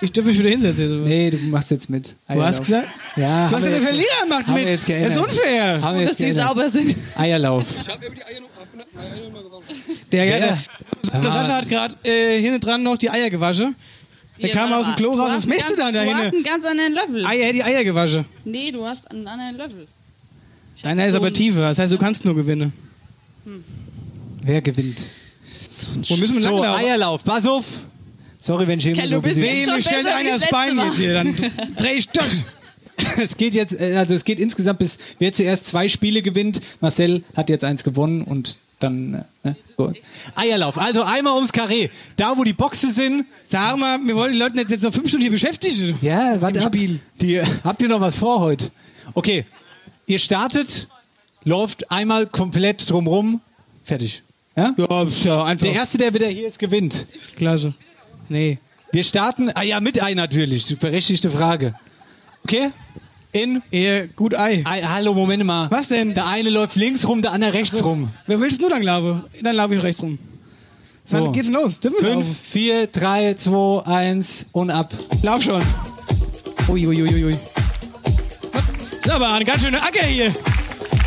[SPEAKER 6] ich dürfte mich wieder hinsetzen. Sowas.
[SPEAKER 8] Nee, du machst jetzt mit.
[SPEAKER 6] du hast gesagt,
[SPEAKER 8] Ja,
[SPEAKER 6] du hast ja
[SPEAKER 8] haben wir
[SPEAKER 6] den
[SPEAKER 8] jetzt-
[SPEAKER 6] Verlierer macht
[SPEAKER 8] haben wir
[SPEAKER 6] mit.
[SPEAKER 8] jetzt geändert.
[SPEAKER 6] das ist unfair.
[SPEAKER 8] Haben wir
[SPEAKER 10] Dass
[SPEAKER 8] jetzt
[SPEAKER 10] die
[SPEAKER 8] geändert.
[SPEAKER 10] sauber sind.
[SPEAKER 8] Eierlauf.
[SPEAKER 6] Der, ja. der,
[SPEAKER 8] Sag mal.
[SPEAKER 6] Sascha hat gerade äh, hinten dran noch die Eier gewaschen. Der
[SPEAKER 10] Hier,
[SPEAKER 6] kam
[SPEAKER 10] warte
[SPEAKER 6] aus dem
[SPEAKER 10] mal.
[SPEAKER 6] Klo
[SPEAKER 10] Du
[SPEAKER 6] raus.
[SPEAKER 10] hast
[SPEAKER 6] Was
[SPEAKER 10] einen
[SPEAKER 6] machst du
[SPEAKER 10] ganz-
[SPEAKER 6] dann da
[SPEAKER 10] Du
[SPEAKER 6] hinten?
[SPEAKER 10] hast einen ganz anderen Löffel.
[SPEAKER 6] Eier, die Eier gewaschen.
[SPEAKER 10] Nee, du hast einen anderen Löffel.
[SPEAKER 6] Deiner ist
[SPEAKER 10] so
[SPEAKER 6] aber
[SPEAKER 10] ein-
[SPEAKER 6] tiefer. Das heißt, du kannst nur gewinnen.
[SPEAKER 8] Wer gewinnt?
[SPEAKER 6] Wo müssen wir
[SPEAKER 8] So,
[SPEAKER 6] langlaufen?
[SPEAKER 8] Eierlauf. Pass auf. Sorry, wenn ich immer
[SPEAKER 10] Kel,
[SPEAKER 8] so
[SPEAKER 10] du bist
[SPEAKER 8] ein bisschen-
[SPEAKER 10] jetzt
[SPEAKER 6] Ey,
[SPEAKER 10] schon
[SPEAKER 6] mir stellt
[SPEAKER 10] besser wie
[SPEAKER 6] einer
[SPEAKER 10] das
[SPEAKER 6] das Bein jetzt
[SPEAKER 10] letzte
[SPEAKER 6] hier. Dann dreh ich durch.
[SPEAKER 8] <laughs> Es geht jetzt, äh, also es geht insgesamt bis, wer zuerst zwei Spiele gewinnt. Marcel hat jetzt eins gewonnen und dann, äh, ne? Gut. Eierlauf. Also einmal ums Karree. Da, wo die Boxen sind.
[SPEAKER 6] Sag mal, wir wollen die Leute nicht jetzt noch fünf Stunden hier beschäftigen.
[SPEAKER 8] Ja, warte
[SPEAKER 6] Im
[SPEAKER 8] ab.
[SPEAKER 6] Spiel.
[SPEAKER 8] Die, habt ihr noch was vor heute? Okay. Ihr startet, läuft einmal komplett drumrum. Fertig. Ja?
[SPEAKER 6] Ja, ist ja einfach.
[SPEAKER 8] Der Erste, der wieder hier ist, gewinnt.
[SPEAKER 6] Klasse. Nee.
[SPEAKER 8] Wir starten, ah ja, mit Ei natürlich. Berechtigte Frage. Okay? In
[SPEAKER 6] Eher gut Ei.
[SPEAKER 8] Ei, hallo, Moment mal.
[SPEAKER 6] Was denn?
[SPEAKER 8] Der eine läuft links rum, der andere rechts rum.
[SPEAKER 6] Wer willst du dann laufen? Dann laufe ich rechts rum. So. Dann geht's los. Dürfen wir laufen?
[SPEAKER 8] 5, 4, 3, 2, 1 und ab.
[SPEAKER 6] Lauf schon. Uiuiuiui. Ui, ui, ui. Das ist aber eine ganz schöne Acker hier.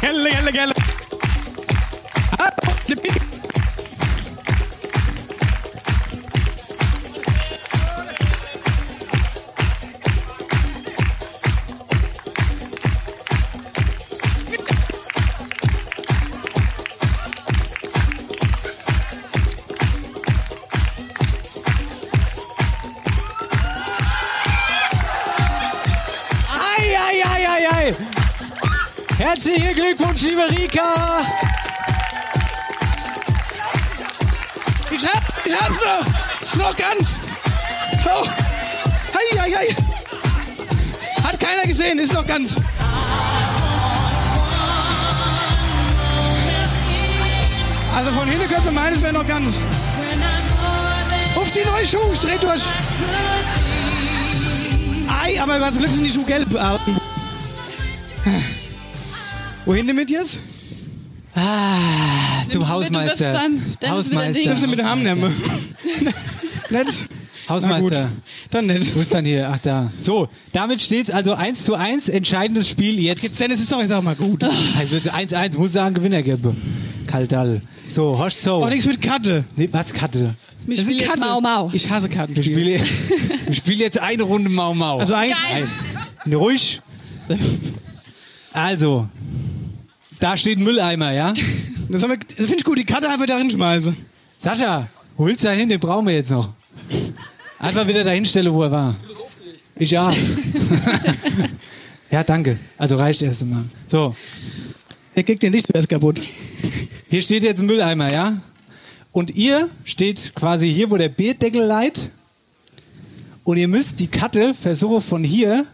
[SPEAKER 6] Helle, helle, helle. Hallo, die Pik-
[SPEAKER 8] Ei, ei, ei, ei, ei. Herzlichen Glückwunsch, liebe Rika.
[SPEAKER 6] Ich hab, ich hab's noch. Ist noch ganz. Oh. Hei, hei, hei. Hat keiner gesehen, ist noch ganz. Also von hinten könnte man meinen, es wäre noch ganz. Auf die neue Schuhe, streck durch. Ei, aber was Glück sind die Schuhe um gelb. Aber- Wohin damit jetzt?
[SPEAKER 10] Nimmst
[SPEAKER 8] Ah,
[SPEAKER 10] du mit,
[SPEAKER 8] zum
[SPEAKER 10] du
[SPEAKER 8] Hausmeister.
[SPEAKER 10] wirst beim- dann ist wieder
[SPEAKER 8] Hausmeister.
[SPEAKER 10] Ding. Darfst du
[SPEAKER 6] mit haben <laughs> nehmen? Nett.
[SPEAKER 8] Hausmeister.
[SPEAKER 6] Dann nett.
[SPEAKER 8] Wo ist dann hier? Ach, da. So, damit steht's also 1 zu 1. Entscheidendes Spiel jetzt. Jetzt
[SPEAKER 6] Dennis ist doch jetzt auch mal gut.
[SPEAKER 8] Also 1-1. Muss sagen, Gewinner geben. Kaldall. So, Hosch so.
[SPEAKER 6] Oh, nichts mit Karte.
[SPEAKER 8] Nee, was Karte?
[SPEAKER 10] Wir
[SPEAKER 6] Das sind
[SPEAKER 10] spielen jetzt Mau
[SPEAKER 6] Karte.
[SPEAKER 10] Mau.
[SPEAKER 6] Ich hasse Karten.
[SPEAKER 8] Ich spiele,
[SPEAKER 6] <laughs>
[SPEAKER 8] ich spiele jetzt eine Runde Mau Mau.
[SPEAKER 6] Also eigentlich.
[SPEAKER 10] Geil.
[SPEAKER 8] Nee, Ruhig. Also, da steht ein Mülleimer, ja?
[SPEAKER 6] Das, haben wir- das finde ich gut, die Karte einfach da hinschmeißen.
[SPEAKER 8] Sascha, hol's da hin, den brauchen wir jetzt noch. Einfach wieder dahin stelle, wo er war. Ich ja. <laughs> ja, danke. Also reicht erst einmal. So,
[SPEAKER 6] Der kriegt den nicht zuerst kaputt.
[SPEAKER 8] hier steht jetzt ein Mülleimer, ja? Und ihr steht quasi hier, wo der Bierdeckel leiht. Und ihr müsst die Karte versuchen von hier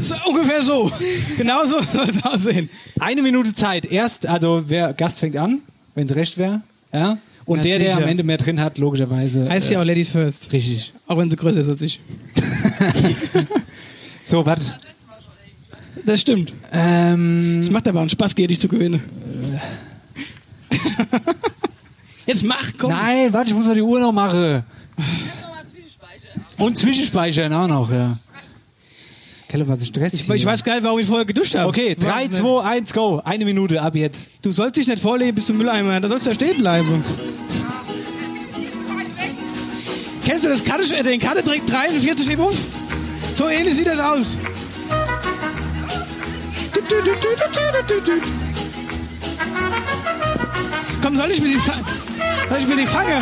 [SPEAKER 6] So, ungefähr so. Genau so soll es aussehen.
[SPEAKER 8] Eine Minute Zeit. Erst, also wer Gast fängt an, wenn es recht wäre. Ja? Und
[SPEAKER 6] Na,
[SPEAKER 8] der, der
[SPEAKER 6] sicher.
[SPEAKER 8] am Ende mehr drin hat, logischerweise.
[SPEAKER 6] Heißt
[SPEAKER 8] äh,
[SPEAKER 6] ja auch Ladies First.
[SPEAKER 8] Richtig.
[SPEAKER 6] Auch wenn sie größer ist als ich.
[SPEAKER 8] So, was?
[SPEAKER 6] Das stimmt.
[SPEAKER 8] Ähm,
[SPEAKER 6] Es macht aber einen Spaß, geh dich zu gewinnen. <laughs> Jetzt mach,
[SPEAKER 8] Oh.
[SPEAKER 6] komm.
[SPEAKER 8] nein, warte, ich muss noch die Uhr noch machen. Und zwischenspeichern auch noch, ja. Kelle, was ist Stress?
[SPEAKER 6] Ich, ich weiß gar nicht, warum ich vorher geduscht habe.
[SPEAKER 8] Okay,
[SPEAKER 6] Ich weiß
[SPEAKER 8] 3,
[SPEAKER 6] nicht.
[SPEAKER 8] 2, 1, go. Eine Minute, ab jetzt.
[SPEAKER 6] Du sollst dich nicht vorlegen bis zum Mülleimer. Da sollst du ja stehen bleiben. Kennst du das Karte, äh, den Kartetrick 43 im Umf? So ähnlich sieht das aus. Tüt, tüt, tüt, tüt, tüt, tüt, tüt. Komm, soll ich mir die, fa soll ich mir die fange?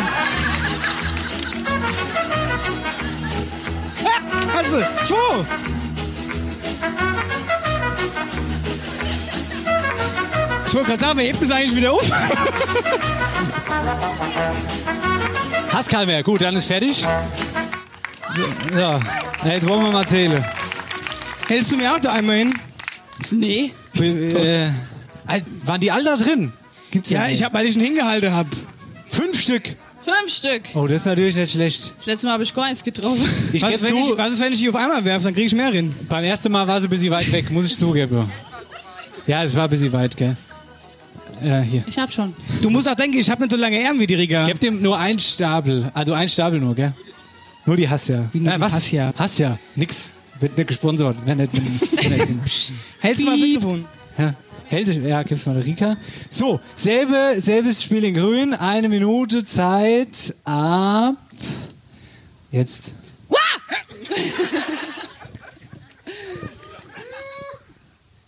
[SPEAKER 6] Ah, also, zwei. Ich wollte gerade sagen, wir hebt das eigentlich wieder auf.
[SPEAKER 8] Hast keinen mehr. Gut, dann ist fertig. So, na, jetzt wollen wir mal zählen.
[SPEAKER 6] Hältst du mir auch da einmal hin?
[SPEAKER 10] Nee.
[SPEAKER 8] Äh, äh, waren die alle da drin? Gibt's
[SPEAKER 6] Ja, ich hab, weil ich ihn hingehalten hab.
[SPEAKER 8] Fünf Stück.
[SPEAKER 10] Fünf Stück.
[SPEAKER 8] Oh, das ist natürlich nicht schlecht.
[SPEAKER 10] Das letzte Mal habe ich gar eins getroffen.
[SPEAKER 8] Also, Ich
[SPEAKER 6] Was
[SPEAKER 8] gebe
[SPEAKER 6] ist, wenn ich,
[SPEAKER 8] zu,
[SPEAKER 6] was ist, wenn ich die auf einmal werfe? Dann krieg ich mehr hin.
[SPEAKER 8] beim ersten Mal war sie ein bisschen weit weg, muss ich zugeben. Ja, es war ein bisschen weit, gell? Äh, hier.
[SPEAKER 10] Ich habe schon.
[SPEAKER 6] Du musst auch denken, ich hab nicht so lange Ärmel wie die Riga.
[SPEAKER 8] Gebt ihm nur einen Stapel, also einen Stapel nur, gell? Nur die Hassja.
[SPEAKER 6] Wie nur
[SPEAKER 8] Äh,
[SPEAKER 6] die
[SPEAKER 8] was?
[SPEAKER 6] Hassja?
[SPEAKER 8] Hassja. Nix. Wird nicht gesponsert. Wenn nicht,
[SPEAKER 6] <laughs>
[SPEAKER 8] wenn nicht. Psst.
[SPEAKER 6] Hältst du mal das Mikrofon?
[SPEAKER 8] ja. Hält sich, ja, gibt's mal Rika. So, selbe, selbes Spiel in grün. Eine Minute Zeit ab. Jetzt.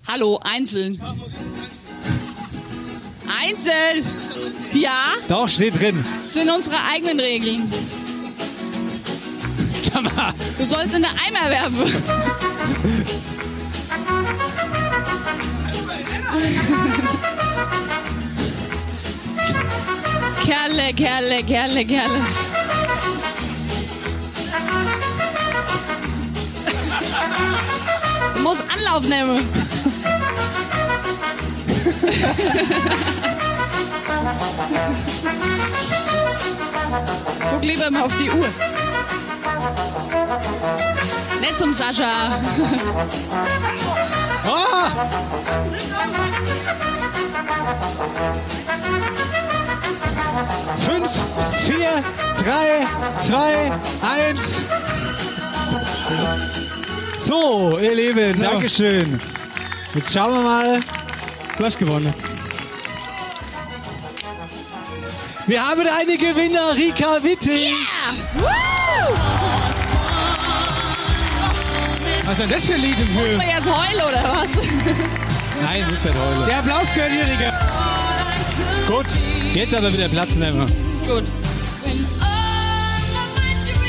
[SPEAKER 10] Hallo, einzeln. Einzel. Ja,
[SPEAKER 8] Doch, steht drin.
[SPEAKER 10] sind unsere eigenen Regeln. Du sollst in den Eimer werfen. Kerle, Kerle, Kerle, Kerle. Du musst Anlauf nehmen. Guck lieber mal auf die Uhr. Nicht zum Sascha.
[SPEAKER 8] Fünf, vier, drei, zwei, eins. So, So, ihr Lieben, Dankeschön. Jetzt schauen wir mal.
[SPEAKER 6] Du hast gewonnen.
[SPEAKER 8] Wir haben eine Gewinner, Rika Wittig. Was ist denn das für ein Lied im
[SPEAKER 10] Muss man jetzt heulen oder was?
[SPEAKER 8] Nein, es ist der Heule. Der Applaus gehört hier, Rika. Gut, jetzt aber wieder platzen einfach.
[SPEAKER 10] Gut.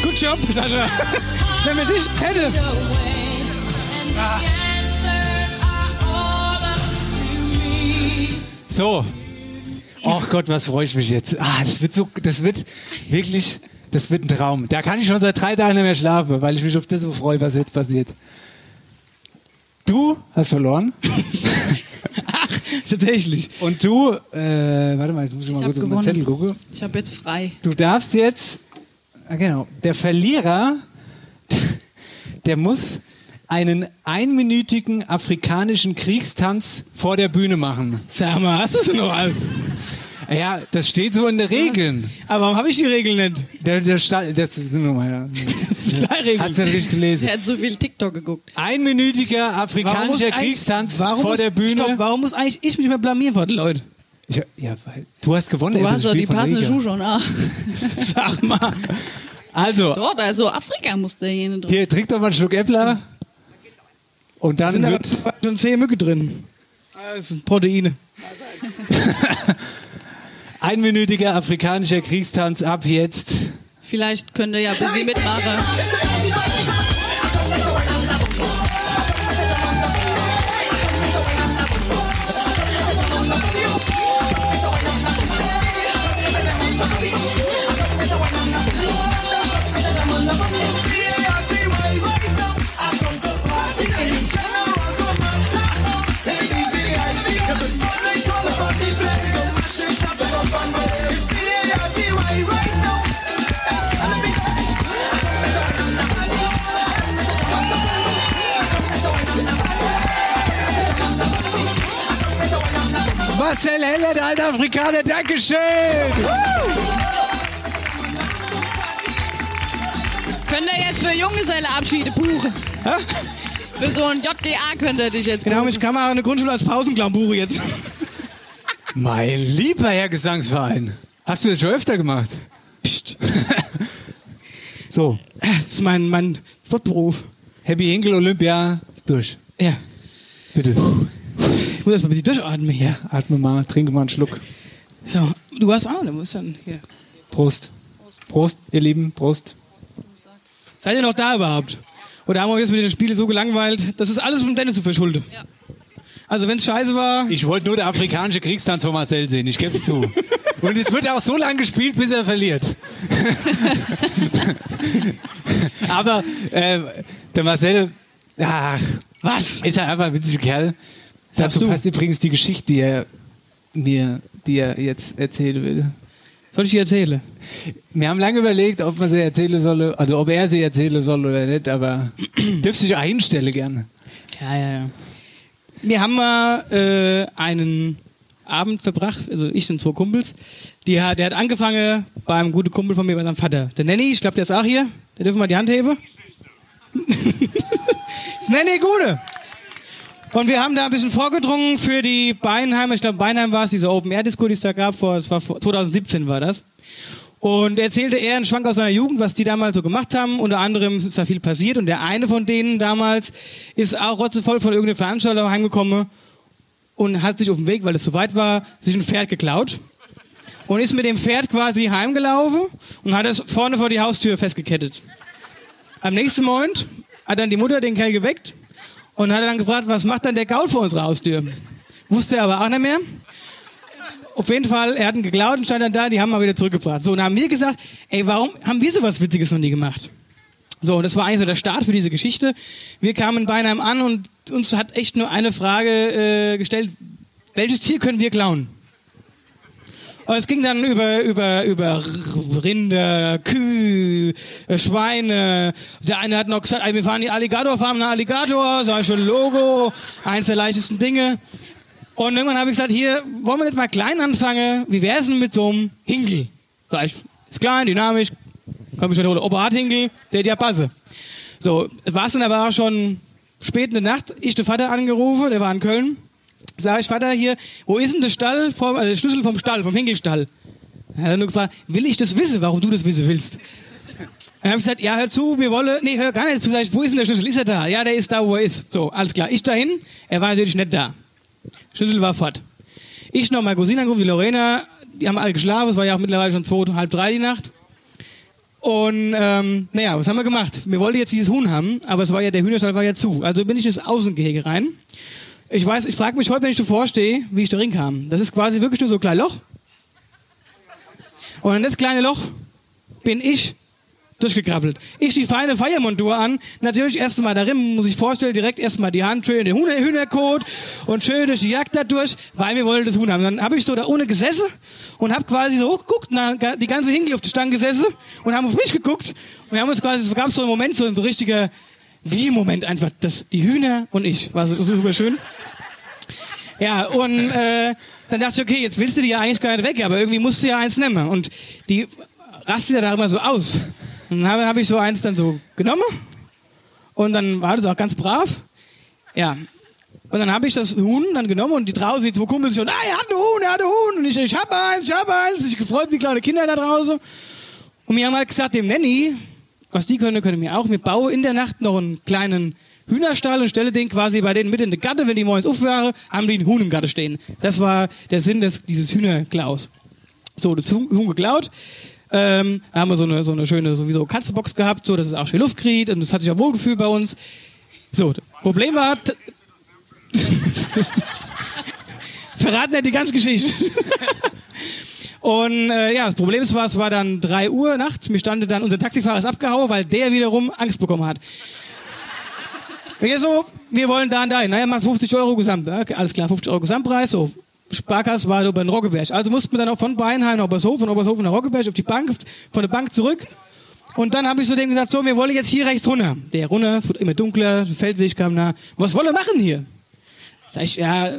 [SPEAKER 6] Good job, Sascha.
[SPEAKER 8] Wenn wir dich hätte. So. Ach Gott, was freue ich mich jetzt. Ah, das wird so, das wird wirklich, das wird ein Traum. Da kann ich schon seit drei Tagen nicht mehr schlafen, weil ich mich auf das so freue, was jetzt passiert. Du hast verloren. Ach, tatsächlich. Und du, äh, warte mal, jetzt muss ich mal
[SPEAKER 10] Ich
[SPEAKER 8] kurz
[SPEAKER 10] habe
[SPEAKER 8] auf meinen Zettel
[SPEAKER 10] gewonnen.
[SPEAKER 8] gucken.
[SPEAKER 10] Ich habe jetzt frei.
[SPEAKER 8] Du darfst jetzt, ah, genau, der Verlierer, der muss einen einminütigen afrikanischen Kriegstanz vor der Bühne machen.
[SPEAKER 6] Sag mal, hast du's noch all?
[SPEAKER 8] Ja, das steht so in den Regeln.
[SPEAKER 6] Aber warum habe ich die Regeln nicht?
[SPEAKER 8] Der, der Sta das ist nur mal.
[SPEAKER 6] Regeln.
[SPEAKER 8] Hast du denn richtig gelesen?
[SPEAKER 10] Er hat so viel TikTok geguckt.
[SPEAKER 8] Einminütiger
[SPEAKER 6] Warum muss
[SPEAKER 8] afrikanischer
[SPEAKER 6] eigentlich-
[SPEAKER 8] Kriegstanz
[SPEAKER 6] warum
[SPEAKER 8] vor
[SPEAKER 6] muss-
[SPEAKER 8] der Bühne.
[SPEAKER 6] Stopp, warum muss eigentlich ich mich mal blamieren vor den Leuten?
[SPEAKER 8] Ich, ja, weil du hast gewonnen.
[SPEAKER 10] Du
[SPEAKER 8] ey, das
[SPEAKER 10] hast doch
[SPEAKER 8] Spiel
[SPEAKER 10] die
[SPEAKER 8] von
[SPEAKER 10] passende
[SPEAKER 8] Riga.
[SPEAKER 10] Schuhe schon. Ah.
[SPEAKER 6] Sag mal.
[SPEAKER 8] Also,
[SPEAKER 10] Dort, also Afrika muss derjenige drin.
[SPEAKER 8] hier, trink doch mal einen Schluck Äppler. Und dann
[SPEAKER 6] sind aber
[SPEAKER 8] wird...
[SPEAKER 6] schon zehn Mücke drin. Ah, Das sind Proteine.
[SPEAKER 8] Einminütiger afrikanischer Kriegstanz ab jetzt.
[SPEAKER 10] Vielleicht könnte ja bis sie mitmachen.
[SPEAKER 8] Marcel Heller, der alte Afrikaner, Dankeschön!
[SPEAKER 10] Könnt ihr jetzt für Junggeselleabschiede buchen? Für so ein JGA könnt ihr dich jetzt buchen.
[SPEAKER 6] Genau, ich kann mal eine Grundschule als Pausenklambure jetzt.
[SPEAKER 8] Mein lieber Herr Gesangsverein, hast du das schon öfter gemacht?
[SPEAKER 6] Psst.
[SPEAKER 8] <laughs> So,
[SPEAKER 6] Ah, Das ist mein, mein Sportberuf.
[SPEAKER 8] Happy Hinkel Olympia ist durch.
[SPEAKER 6] Ja.
[SPEAKER 8] Bitte,
[SPEAKER 6] Ich muss erst mal ein bisschen durchatmen hier.
[SPEAKER 8] atme mal, trinke mal einen Schluck.
[SPEAKER 6] So, du hast auch, du musst dann hier.
[SPEAKER 8] Prost. Prost, ihr Lieben, Prost.
[SPEAKER 6] Seid ihr noch da überhaupt? Oder haben wir euch das mit den Spielen so gelangweilt? Das ist alles mit dem Dennis zu verschulden. Also wenn es scheiße war,
[SPEAKER 8] Ich wollte nur den afrikanischen Kriegstanz von Marcel sehen, ich gebe es zu. Und es wird auch so lange gespielt, bis er verliert. <laughs> Aber äh, der Marcel, ach,
[SPEAKER 6] was?
[SPEAKER 8] ist halt einfach ein witziger Kerl.
[SPEAKER 6] Sagst
[SPEAKER 8] Dazu
[SPEAKER 6] du?
[SPEAKER 8] passt übrigens die Geschichte, die er mir, die er jetzt erzählen will.
[SPEAKER 6] Soll ich dir erzählen?
[SPEAKER 8] Wir haben lange überlegt, ob man sie erzählen soll, also ob er sie erzählen soll oder
[SPEAKER 6] <clears throat>
[SPEAKER 8] nicht, aber dürfst dich auch hinstellen gerne.
[SPEAKER 6] Ja, ja, ja. Wir haben mal äh, einen Abend verbracht, also ich und zwei Kumpels. Die, hat- der hat angefangen beim guten Kumpel von mir, bei seinem Vater. Der Nanny, ich glaube, der ist auch hier. Der dürfen wir die Hand heben. <laughs> Nanny, gute. Und wir haben da ein bisschen vorgedrungen für die Beinheimer. Ich glaube, Beinheim war es, diese Open-Air-Disco, die es da gab. Vor, es war vor, 2017 war das. Und erzählte er einen Schwank aus seiner Jugend, was die damals so gemacht haben. Unter anderem ist da viel passiert. Und der eine von denen damals ist auch rotzevoll von irgendeiner Veranstaltung heimgekommen und hat sich auf dem Weg, weil es zu weit war, sich ein Pferd geklaut. Und ist mit dem Pferd quasi heimgelaufen und hat es vorne vor die Haustür festgekettet. Am nächsten Moment hat dann die Mutter den Kerl geweckt und hat dann gefragt, was macht dann der Gaul vor unserer Haustür? Wusste er aber auch nicht mehr. Auf jeden Fall, er hat ihn geklaut und stand dann da, die haben mal wieder zurückgebracht. So, und dann haben wir gesagt, ey, warum haben wir sowas Witziges noch nie gemacht? So, und das war eigentlich so der Start für diese Geschichte. Wir kamen beinahe an und uns hat echt nur eine Frage äh, gestellt, welches Tier können wir klauen? Und es ging dann über, über, über Rinder, Kühe, äh, Schweine. Der eine hat noch gesagt, ey, wir fahren die Alligator, fahren einen Alligator, sei schon Logo, eins der leichtesten Dinge. Und irgendwann habe ich gesagt, hier, wollen wir nicht mal klein anfangen? Wie wär's denn mit so einem Hinkel? Sag ich, ist klein, dynamisch, kann mich schon holen. Opa hat Hinkel, der hat ja passe. So, war es dann aber auch schon spät in der Nacht, ich den Vater angerufen, der war in Köln. Sag ich, Vater, hier, wo ist denn der Stall, vom, äh, der Schlüssel vom Stall, vom Hinkelstall? Er hat er nur gefragt, will ich das wissen, warum du das wissen willst? Dann habe ich gesagt, ja, hör zu, wir wollen, nee, hör gar nicht zu. Sag ich, wo ist denn der Schlüssel? Ist er da? Ja, der ist da, wo er ist. So, alles klar. Ich dahin, er war natürlich nicht da. Schlüssel war fort. Ich noch meine Cousine angerufen, die Lorena, die haben alle geschlafen, es war ja auch mittlerweile schon zwei, halb drei die Nacht. Und ähm, naja, was haben wir gemacht? Wir wollten jetzt dieses Huhn haben, aber es war ja, der Hühnerstall war ja zu. Also bin ich ins Außengehege rein. Ich weiß, ich frage mich heute, wenn ich davor stehe, wie ich da rinkam. Das ist quasi wirklich nur so ein kleines Loch. Und in das kleine Loch bin ich durchgekrabbelt. Ich die feine Feiermontur an, natürlich erstmal darin, muss ich vorstellen, direkt erstmal die Hand schön in den Hühner Hühnerkot und schön durch die Jagd dadurch, weil wir wollten das Huhn haben. Dann habe ich so da ohne gesessen und habe quasi so hochgeguckt, na, ga- die ganze Hinkel auf die Stange gesessen und haben auf mich geguckt und wir haben uns quasi, es gab so einen Moment, so ein richtiger Wie-Moment einfach, das, die Hühner und ich, war so super schön. Ja, und äh, dann dachte ich, okay, jetzt willst du die ja eigentlich gar nicht weg, aber irgendwie musst du ja eins nehmen. Und die rastet ja da immer so aus. Und dann habe hab ich so eins dann so genommen und dann war das auch ganz brav. Ja. Und dann habe ich das Huhn dann genommen und die draußen, die zwei Kumpels schon, ah, er hat ein Huhn, er hat ein Huhn. Und ich, ich habe eins, ich habe eins. Ich gefreut wie kleine Kinder da draußen. Und wir haben halt gesagt, dem Nanny, was die können, können wir auch. Wir bauen in der Nacht noch einen kleinen Hühnerstall und stelle den quasi bei denen mit in die Gatte. Wenn die morgens aufwachen, haben die einen Huhn im Gatte stehen. Das war der Sinn des, dieses Hühnerklaus. So, das Huhn Huhn geklaut. Ähm, da haben wir so eine, so eine schöne sowieso Katzebox gehabt, so dass es auch schön Luft kriegt und es hat sich auch wohlgefühlt bei uns. So, das Problem war. t- <laughs> Verraten nicht die ganze Geschichte. Und äh, ja, das Problem ist, war, es war dann 3 Uhr nachts. Mir stand dann, unser Taxifahrer ist abgehauen, weil der wiederum Angst bekommen hat. Wir so, wir wollen da und dahin. Naja, macht 50 Euro Gesamt. Ja, Okay, alles klar, 50 Euro Gesamtpreis. So, Sparkasse war über den Roggeberg. Also mussten wir dann auch von Beinheim nach Obershof, von Obershof nach Roggeberg auf die Bank, von der Bank zurück. Und dann habe ich zu dem gesagt, so, wir wollen jetzt hier rechts runter. Der runter, es wird immer dunkler, der Feldweg kam nah. Was wollen wir machen hier? Sag ich, ja, äh,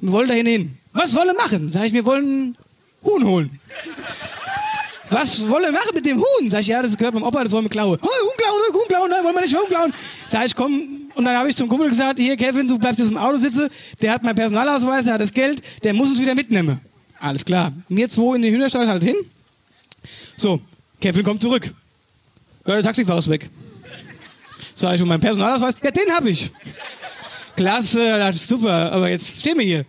[SPEAKER 6] wir wollen da hin. Was wollen wir machen? Sag ich, wir wollen Huhn holen. Was wollen wir machen mit dem Huhn? Sag ich, ja, das gehört meinem Opa, das wollen wir klauen. Oh, Huhn klauen, oh, Huhn klauen, nein, wollen wir nicht Huhn klauen. Sag ich, komm. Und dann habe ich zum Kumpel gesagt, hier, Kevin, du bleibst jetzt im Auto sitzen. Der hat meinen Personalausweis, der hat das Geld, der muss uns wieder mitnehmen. Alles klar. Mir zwei in den Hühnerstall halt hin. So, Kevin kommt zurück. Ja, der Taxifahrer ist weg. Sag ich, und mein Personalausweis, ja, den habe ich. Klasse, das ist super, aber jetzt stehen wir hier.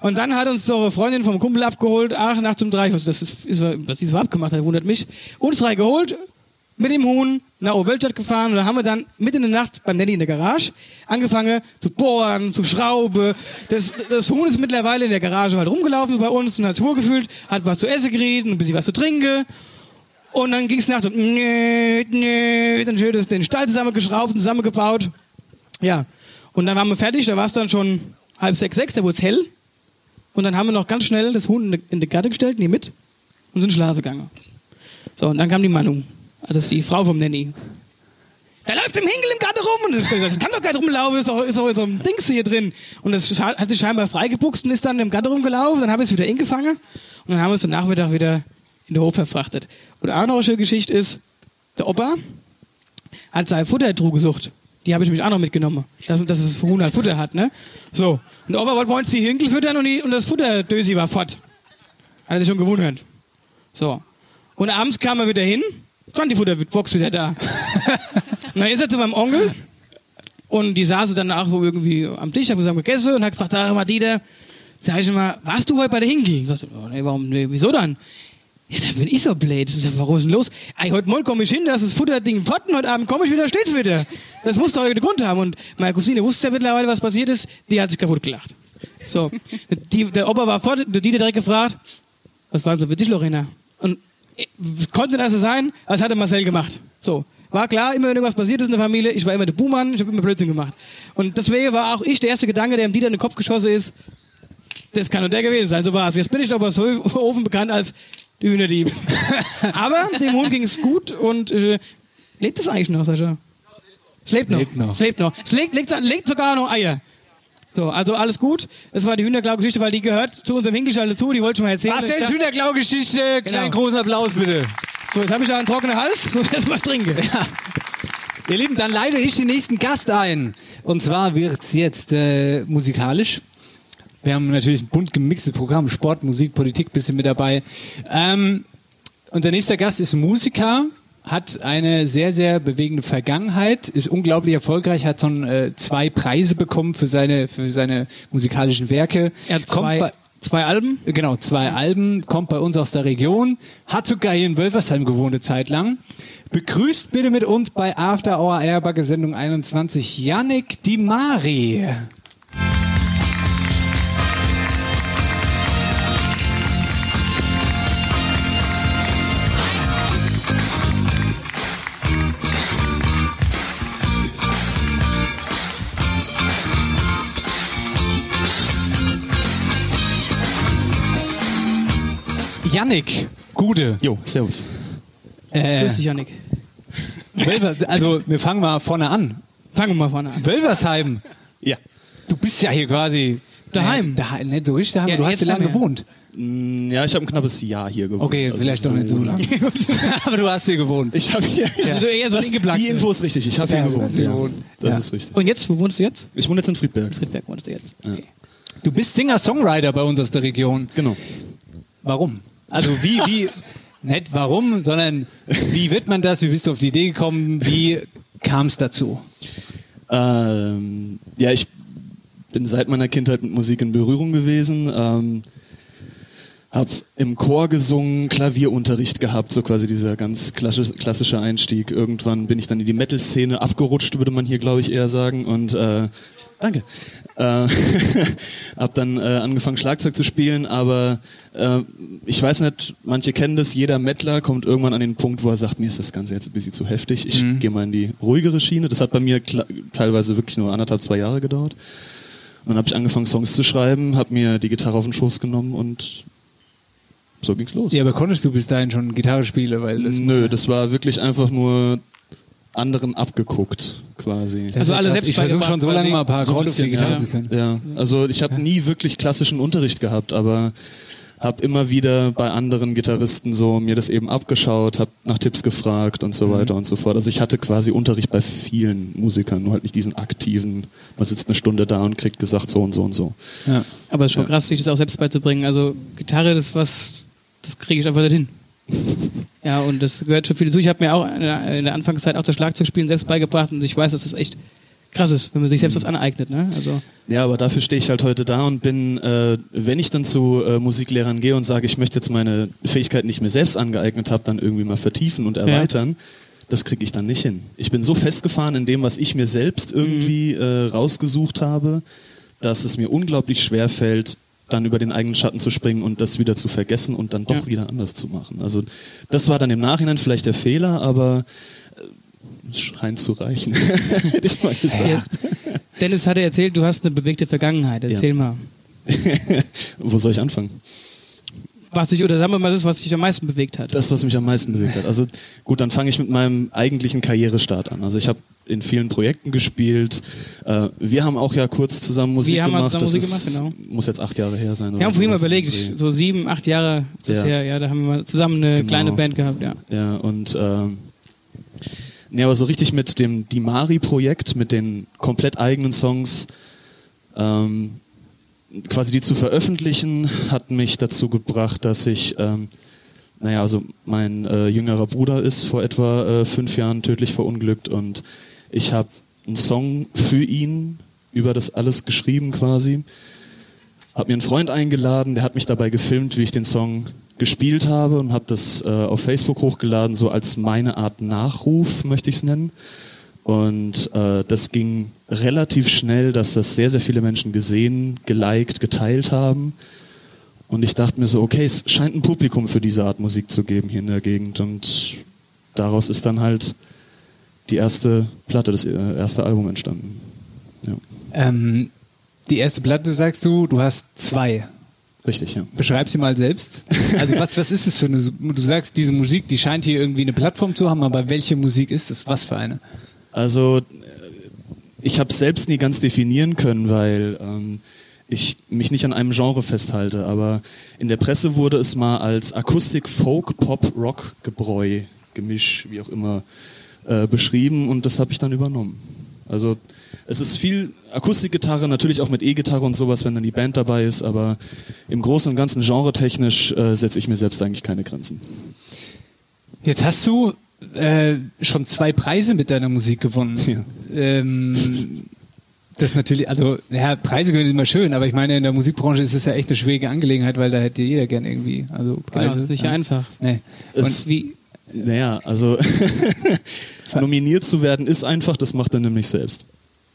[SPEAKER 6] Und dann hat uns so eine Freundin vom Kumpel abgeholt, ach, nachts um drei, ich weiß, das ist, ist, was die so abgemacht hat, wundert mich. Uns drei geholt, mit dem Huhn nach Oberweltstadt gefahren und dann haben wir dann mitten in der Nacht beim Nanny in der Garage angefangen zu bohren, zu schrauben. Das, das Huhn ist mittlerweile in der Garage halt rumgelaufen bei uns und hat Tour gefühlt, hat was zu essen geredet, ein bisschen was zu trinken. Und dann ging's nachts so, nö, nö, dann schön das- den Stall zusammengeschraubt und zusammengebaut. Ja. Und dann waren wir fertig, da war es dann schon halb sechs, sechs, da wurde es hell. Und dann haben wir noch ganz schnell das Huhn in die- in die Gatte gestellt, nie mit, und sind schlafen gegangen. So, und dann kam die Manu. Also das ist die Frau vom Nanny. Da läuft im Hinkel im Garten rum. Und das das kann doch gar nicht rumlaufen, das ist doch, ist doch in so einem Dings hier drin. Und das scha- hat sich scheinbar freigebuchst und ist dann im Garten rumgelaufen. Dann haben wir es wieder ingefangen. Und dann haben wir es am Nachmittag wieder in den Hof verfrachtet. Und auch noch eine schöne Geschichte ist, der Opa hat seine Futtertruhe gesucht. Die habe ich nämlich auch noch mitgenommen, dass, dass das Huhn halt Futter hat, ne? So. Und der Opa wollte morgens die Hinkel füttern und, die, und das Futterdösi war fort. Hat er sich schon gewundert. So. Und abends kam er wieder hin, stand die Futterbox wieder da. und dann ist er zu meinem Onkel und die saßen dann auch irgendwie am Tisch, haben zusammen gegessen und hat gefragt, sag mal, Dieter, sag ich mal, warst du heute bei der Hinkel? Ich sagte, oh, nee, warum, nee, wieso dann? Ja, dann bin ich so blöd. Ich sag, warum ist denn los? Ey, heute Morgen komme ich hin, das ist Futterding Fotten, heute Abend komme ich wieder, steht's wieder. Das muss doch irgendeinen Grund haben. Und meine Cousine wusste ja mittlerweile, was passiert ist, die hat sich kaputt gelacht. So, die, der Opa war vor, die die direkt gefragt, was war denn so witzig, Lorena? Und äh, konnte das so sein, als hatte Marcel gemacht. So. War klar, immer wenn irgendwas passiert ist in der Familie, ich war immer der Buhmann, ich habe immer Blödsinn gemacht. Und deswegen war auch ich der erste Gedanke, der ihm Dieter in den Kopf geschossen ist, das kann nur der gewesen sein, so war es. Jetzt bin ich aber so offen bekannt als die Hühnerdieb. <laughs> aber dem Huhn ging es gut und äh, lebt es eigentlich noch, Sascha? Es lebt noch.
[SPEAKER 8] Lebt noch.
[SPEAKER 6] Es lebt noch. Es legt, legt, legt sogar noch Eier. So, also alles gut. Das war die Hühnerklau-Geschichte, weil die gehört zu unserem Hinkelschalter zu, die wollte ich schon mal erzählen. Ich
[SPEAKER 8] Marcel's
[SPEAKER 6] dachte-
[SPEAKER 8] Hühnerklau-Geschichte.
[SPEAKER 6] Genau.
[SPEAKER 8] Kleinen großen Applaus bitte.
[SPEAKER 6] <laughs> So, jetzt habe ich da einen trockenen Hals, so dass ich was trinke.
[SPEAKER 5] Ihr Lieben, dann leite ich den nächsten Gast ein. Und zwar wird's jetzt äh, musikalisch. Wir haben natürlich ein bunt gemixtes Programm, Sport, Musik, Politik, bisschen mit dabei. Ähm, unser nächster Gast ist Musiker, hat eine sehr, sehr bewegende Vergangenheit, ist unglaublich erfolgreich, hat schon äh, zwei Preise bekommen für seine, für seine musikalischen Werke. Er hat
[SPEAKER 6] zwei-
[SPEAKER 5] zwei Alben? Genau, zwei Alben, kommt bei uns aus der Region, hat sogar hier in Wölfersheim gewohnt eine Zeit lang. Begrüßt bitte mit uns bei After Hour Airbagger Sendung 21 Yannick Di Mari. Yannick, Gude. Jo, servus. Äh,
[SPEAKER 6] Grüß dich, Janik.
[SPEAKER 5] Wölvers, also wir fangen mal vorne an. Fangen wir mal vorne an. Wölversheim. Ja. Du bist ja hier quasi daheim. daheim nicht so richtig daheim.
[SPEAKER 8] Ja,
[SPEAKER 5] du hast
[SPEAKER 8] jetzt
[SPEAKER 5] hier lange
[SPEAKER 8] nicht mehr.
[SPEAKER 5] gewohnt.
[SPEAKER 8] Mm, Ja, ich habe ein knappes Jahr hier gewohnt. Also
[SPEAKER 5] Okay, vielleicht doch nicht so
[SPEAKER 8] <laughs>
[SPEAKER 5] lange. Aber du hast hier gewohnt.
[SPEAKER 8] Ich habe hier.
[SPEAKER 6] Also du eher so
[SPEAKER 8] das,
[SPEAKER 6] hingeplagt
[SPEAKER 8] die
[SPEAKER 6] bist.
[SPEAKER 8] Info ist richtig. Ich habe
[SPEAKER 5] Ja,
[SPEAKER 8] hier
[SPEAKER 5] du hast
[SPEAKER 8] gewohnt.
[SPEAKER 5] hier
[SPEAKER 8] Ja.
[SPEAKER 5] gewohnt.
[SPEAKER 8] Das
[SPEAKER 5] Ja.
[SPEAKER 8] ist
[SPEAKER 6] <laughs>
[SPEAKER 8] richtig.
[SPEAKER 6] Und jetzt, wo wohnst du jetzt?
[SPEAKER 8] Ich wohne jetzt in Friedberg.
[SPEAKER 6] Friedberg wohnst du jetzt. Okay.
[SPEAKER 5] Du bist Singer-Songwriter bei uns aus der Region. Genau. Warum? Also wie,
[SPEAKER 8] <laughs>
[SPEAKER 5] wie, nicht warum, sondern wie wird man das? Wie bist du auf die Idee gekommen? Wie kam es dazu?
[SPEAKER 8] Ähm, ja, ich bin seit meiner Kindheit mit Musik in Berührung gewesen. Ähm, hab im Chor gesungen, Klavierunterricht gehabt, so quasi dieser ganz klassisch- klassische Einstieg. Irgendwann bin ich dann in die Metal-Szene abgerutscht, würde man hier, glaube ich, eher sagen. Und äh, danke. Äh, <laughs> hab dann äh, angefangen, Schlagzeug zu spielen, aber äh, ich weiß nicht, manche kennen das, jeder Mettler kommt irgendwann an den Punkt, wo er sagt, mir ist das Ganze jetzt ein bisschen zu heftig, ich
[SPEAKER 5] Mhm.
[SPEAKER 8] gehe mal in die ruhigere Schiene. Das hat bei mir kla- teilweise wirklich nur anderthalb, zwei Jahre gedauert. Und dann habe ich angefangen, Songs zu schreiben, habe mir die Gitarre auf den Schoß genommen und so ging's los.
[SPEAKER 5] Ja, aber konntest du bis dahin schon Gitarre spielen? Weil das
[SPEAKER 8] Nö, das war wirklich einfach nur anderen abgeguckt, quasi.
[SPEAKER 5] Das ist ja krass. Ich versuche schon so lange mal ein paar
[SPEAKER 8] So ein
[SPEAKER 5] Akkorde auf die
[SPEAKER 8] bisschen,
[SPEAKER 5] Gitarre
[SPEAKER 8] ja.
[SPEAKER 5] zu können.
[SPEAKER 8] Ja, also ich habe nie wirklich klassischen Unterricht gehabt, aber habe immer wieder bei anderen Gitarristen so mir das eben abgeschaut, habe nach Tipps gefragt und
[SPEAKER 5] Mhm.
[SPEAKER 8] so weiter und so fort. Also ich hatte quasi Unterricht bei vielen Musikern, nur halt nicht diesen aktiven, man sitzt eine Stunde da und kriegt gesagt so und so und so.
[SPEAKER 5] Ja.
[SPEAKER 6] Aber es ist schon krass, sich das auch selbst beizubringen. Also Gitarre, das ist was, das kriege ich
[SPEAKER 5] <laughs>
[SPEAKER 6] einfach nicht hin. ja, und das gehört schon viel dazu. Ich habe mir auch in der- in der Anfangszeit auch das Schlagzeugspielen selbst beigebracht und ich weiß, dass das echt krass ist, wenn man sich selbst
[SPEAKER 5] Mhm.
[SPEAKER 6] was aneignet. Ne? Also
[SPEAKER 8] Ja, aber dafür stehe ich halt heute da und bin, äh, wenn ich dann zu äh, Musiklehrern gehe und sage, ich möchte jetzt meine Fähigkeiten, die ich mir selbst angeeignet habe, dann irgendwie mal vertiefen und erweitern, das kriege ich dann nicht hin. Ich bin so festgefahren in dem, was ich mir selbst irgendwie äh, rausgesucht habe, dass es mir unglaublich schwer fällt, dann über den eigenen Schatten zu springen und das wieder zu vergessen und dann doch
[SPEAKER 6] Ja.
[SPEAKER 8] wieder anders zu machen. Also das war dann im Nachhinein vielleicht der Fehler, aber äh, es scheint zu reichen, <laughs> hätte ich mal gesagt. <laughs>
[SPEAKER 6] Dennis hatte erzählt, du hast eine bewegte Vergangenheit. Erzähl
[SPEAKER 8] Ja.
[SPEAKER 6] mal.
[SPEAKER 8] Wo soll ich anfangen?
[SPEAKER 6] Was dich, oder sagen wir mal das, was dich am meisten bewegt hat.
[SPEAKER 8] Das, was mich am meisten bewegt hat. Also gut, dann fange ich mit meinem eigentlichen Karrierestart an. Also ich habe in vielen Projekten gespielt. Äh, wir haben auch ja kurz zusammen Musik
[SPEAKER 6] haben
[SPEAKER 8] gemacht.
[SPEAKER 6] zusammen
[SPEAKER 8] das
[SPEAKER 6] Musik
[SPEAKER 8] ist,
[SPEAKER 6] gemacht, genau.
[SPEAKER 8] Muss jetzt acht Jahre her sein.
[SPEAKER 6] Wir haben
[SPEAKER 8] oder
[SPEAKER 6] vorhin mal
[SPEAKER 8] sowas.
[SPEAKER 6] überlegt,
[SPEAKER 8] Also,
[SPEAKER 6] so sieben, acht Jahre ist das
[SPEAKER 8] Ja.
[SPEAKER 6] her, ja, da haben wir mal zusammen eine
[SPEAKER 8] Genau.
[SPEAKER 6] kleine Band gehabt, ja.
[SPEAKER 8] Ja, und ähm, nee, aber so richtig mit dem Dimari-Projekt, mit den komplett eigenen Songs, ähm, quasi die zu veröffentlichen, hat mich dazu gebracht, dass ich, ähm, naja, also mein äh, jüngerer Bruder ist vor etwa äh, fünf Jahren tödlich verunglückt und ich habe einen Song für ihn über das alles geschrieben quasi. Hab mir einen Freund eingeladen, der hat mich dabei gefilmt, wie ich den Song gespielt habe und habe das äh, auf Facebook hochgeladen, so als meine Art Nachruf möchte ich es nennen. Und äh, das ging relativ schnell, dass das sehr, sehr viele Menschen gesehen, geliked, geteilt haben. Und ich dachte mir so, okay, es scheint ein Publikum für diese Art Musik zu geben hier in der Gegend. Und daraus ist dann halt die erste Platte, das äh, erste Album entstanden. Ja,
[SPEAKER 5] Ähm, die erste Platte, sagst du, du hast
[SPEAKER 6] Genau,
[SPEAKER 5] zwei.
[SPEAKER 8] richtig, ja.
[SPEAKER 5] Beschreib sie mal selbst. Also was, was ist es für eine, du sagst, diese Musik, die scheint hier irgendwie eine Plattform zu haben, aber welche Musik ist es? Was für eine?
[SPEAKER 8] Also äh, ich habe selbst nie ganz definieren können, weil ähm, ich mich nicht an einem Genre festhalte. Aber in der Presse wurde es mal als Akustik, Folk, Pop, Rock, Gebräu, Gemisch, wie auch immer äh, beschrieben und das habe ich dann übernommen. Also es ist viel Akustikgitarre, natürlich auch mit E-Gitarre und sowas, wenn dann die Band dabei ist, aber im Großen und Ganzen genretechnisch äh, setze ich mir selbst eigentlich keine Grenzen.
[SPEAKER 5] Jetzt hast du äh, schon zwei Preise mit deiner Musik gewonnen. Ähm, das natürlich, also, ja, Preise gewinnen ist immer schön, aber ich meine, in der Musikbranche ist es ja echt eine schwierige Angelegenheit, weil da hätte jeder gern irgendwie, also Preise.
[SPEAKER 6] das ist nicht
[SPEAKER 5] ja.
[SPEAKER 6] einfach.
[SPEAKER 5] Nee. Und
[SPEAKER 8] Es-
[SPEAKER 5] wie,
[SPEAKER 8] Naja, also <laughs> nominiert zu werden ist einfach, das macht er nämlich selbst.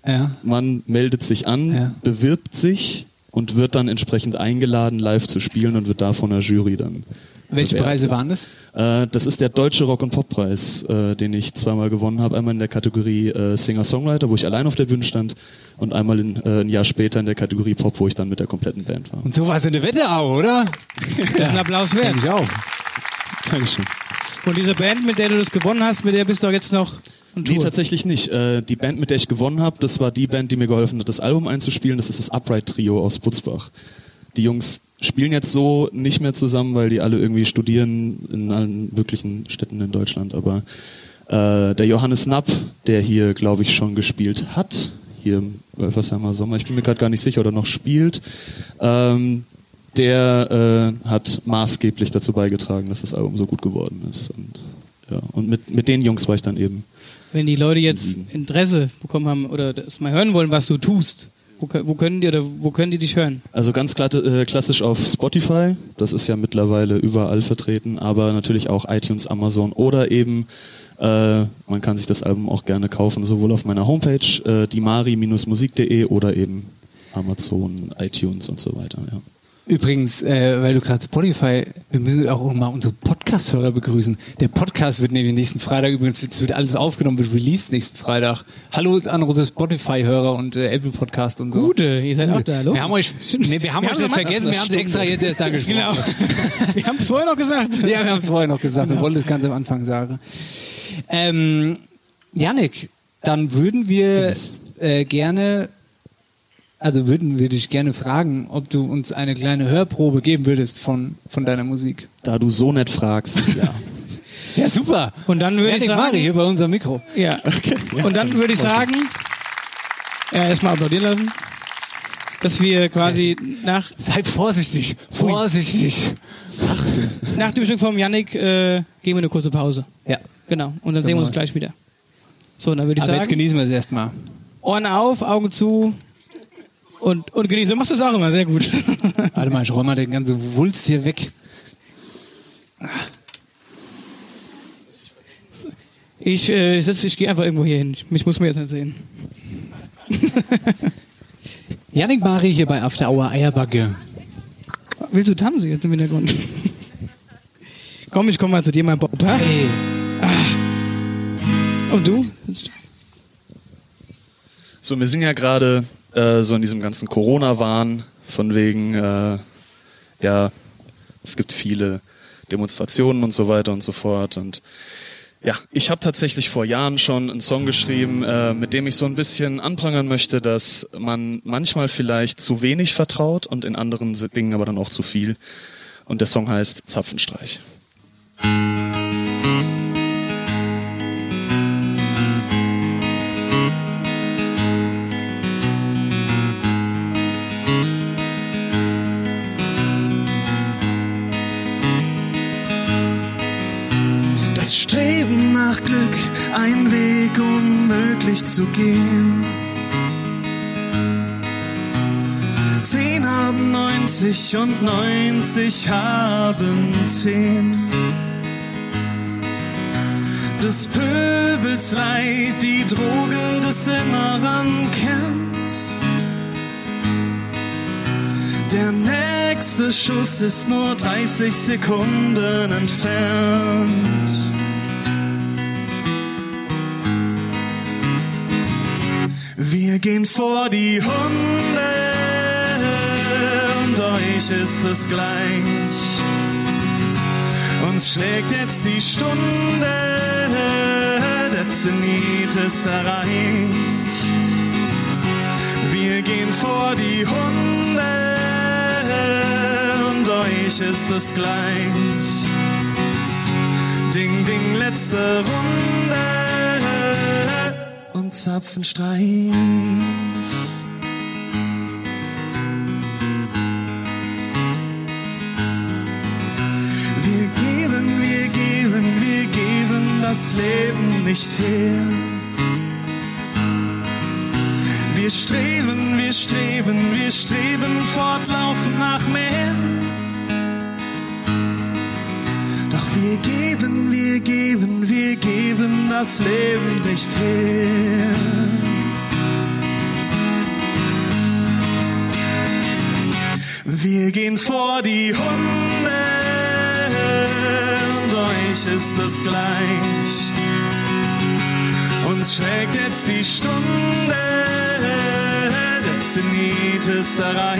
[SPEAKER 5] ja,
[SPEAKER 8] Man meldet sich an, bewirbt sich und wird dann entsprechend eingeladen, live zu spielen und wird da von der Jury dann.
[SPEAKER 5] welche Preise waren das?
[SPEAKER 8] Äh, das ist der Deutsche Rock- und Poppreis, äh, den ich zweimal gewonnen habe. Einmal in der Kategorie äh, Singer-Songwriter, wo ich allein auf der Bühne stand, und einmal in, äh, ein Jahr später in der Kategorie Pop, wo ich dann mit der kompletten Band war.
[SPEAKER 5] Und so war es in der Wetterau, oder?
[SPEAKER 6] Das ist ein Applaus wert.
[SPEAKER 5] Ich auch.
[SPEAKER 8] Dankeschön.
[SPEAKER 6] Und diese Band, mit der du das gewonnen hast, mit der bist du auch jetzt noch on
[SPEAKER 8] Nee,
[SPEAKER 6] Tour.
[SPEAKER 8] tatsächlich nicht. Äh, die Band, mit der ich gewonnen habe, das war die Band, die mir geholfen hat, das Album einzuspielen. Das ist das Upright Trio aus Butzbach. Die Jungs spielen jetzt so nicht mehr zusammen, weil die alle irgendwie studieren in allen möglichen Städten in Deutschland. Aber äh, der Johannes Knapp, der hier, glaube ich, schon gespielt hat, hier im Wölfersheimer Sommer, ich bin mir gerade gar nicht sicher, oder noch spielt, ähm, der äh, hat maßgeblich dazu beigetragen, dass das Album so gut geworden ist. Und, ja, und mit, mit den Jungs war ich dann eben
[SPEAKER 6] Wenn die Leute jetzt Interesse bekommen haben oder das mal hören wollen, was du tust, wo, kö- wo können die oder wo können die dich hören?
[SPEAKER 8] Also ganz glatte, äh, klassisch auf Spotify, das ist ja mittlerweile überall vertreten, aber natürlich auch iTunes, Amazon oder eben, äh, man kann sich das Album auch gerne kaufen, sowohl auf meiner Homepage, äh, dimari-musik.de oder eben Amazon, iTunes und so weiter. Ja.
[SPEAKER 5] Übrigens, äh, weil du gerade Spotify, wir müssen auch mal unsere Podcast-Hörer begrüßen. Der Podcast wird nämlich nächsten Freitag, übrigens es wird alles aufgenommen, wird released nächsten Freitag. Hallo an unsere Spotify-Hörer und äh, Apple Podcast und so.
[SPEAKER 6] Gute, ihr seid auch da, hallo?
[SPEAKER 5] Wir haben euch, nee, wir haben euch nicht vergessen, wir haben es extra jetzt <laughs> erst angesprochen.
[SPEAKER 6] Genau. Wir haben es vorher noch gesagt.
[SPEAKER 5] <laughs> Ja, wir haben es vorher noch gesagt. Wir wollten das ganz am Anfang sagen. Ähm, Janik, dann würden wir äh, gerne, also würden wir dich gerne fragen, ob du uns eine kleine Hörprobe geben würdest von, von deiner Musik.
[SPEAKER 8] Da du so nett fragst, ja.
[SPEAKER 5] Ja, super.
[SPEAKER 6] Und dann würde ich
[SPEAKER 5] Janik Mari
[SPEAKER 6] sagen,
[SPEAKER 5] hier bei unserem Mikro.
[SPEAKER 6] ja. Und dann würde ich sagen, ja, erstmal applaudieren lassen, dass wir quasi nach
[SPEAKER 5] Sei Halt vorsichtig, vorsichtig. Sachte.
[SPEAKER 6] Nach dem Stück vom Yannick äh, gehen wir eine kurze Pause.
[SPEAKER 5] Ja.
[SPEAKER 6] Genau. Und dann sehen wir uns gleich wieder. So, dann würde ich
[SPEAKER 5] Aber jetzt
[SPEAKER 6] sagen,
[SPEAKER 5] genießen wir es erstmal.
[SPEAKER 6] Ohren auf, Augen zu und, und genießen. Du machst das auch immer sehr gut. <laughs>
[SPEAKER 5] Warte mal, ich räume mal den ganzen Wulst hier weg.
[SPEAKER 6] Ich, äh, setz- ich gehe einfach irgendwo hier hin. Ich- Mich muss man jetzt nicht sehen.
[SPEAKER 5] Janik Mari hier bei After Hour Eierbacke.
[SPEAKER 6] Willst du tanzen jetzt im Hintergrund? <laughs> komm, ich komme mal zu dir, mein Bob. ha? Ah. Und du?
[SPEAKER 8] So, wir sind ja gerade äh, so in diesem ganzen Corona-Wahn, von wegen, äh, ja, es gibt viele Demonstrationen und so weiter und so fort. Und ja, ich habe tatsächlich vor Jahren schon einen Song geschrieben, äh, mit dem ich so ein bisschen anprangern möchte, dass man manchmal vielleicht zu wenig vertraut und in anderen Dingen aber dann auch zu viel. Und der Song heißt Zapfenstreich.
[SPEAKER 12] Das Streben nach Glück, ein Weg unmöglich zu gehen. Zehn haben 90 und 90 haben zehn. Des Pöbels Leid, die Droge des inneren Kerns. Der nächste Schuss ist nur 30 Sekunden entfernt. Wir gehen vor die Hunde und euch ist es gleich. Uns schlägt jetzt die Stunde, der Zenit ist erreicht. Wir gehen vor die Hunde und euch ist es gleich. Ding, ding, letzte Runde,
[SPEAKER 8] und Zapfenstreich.
[SPEAKER 13] Wir geben, wir geben, wir geben das Leben nicht her.
[SPEAKER 8] Wir streben, wir streben, wir streben fortlaufend nach mehr. Doch wir geben, wir geben, wir geben das Leben nicht her. Wir gehen vor die Hunde und euch ist es gleich. Uns schlägt jetzt die Stunde, der Zenit ist erreicht.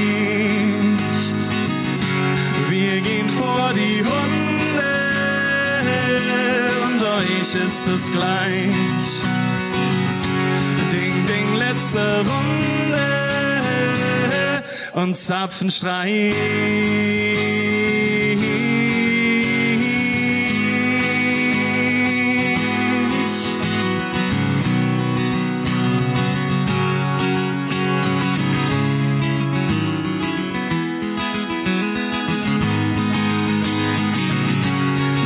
[SPEAKER 8] Wir gehen vor die Hunde und euch ist es gleich. Ding, ding, letzte Runde und Zapfenstreich.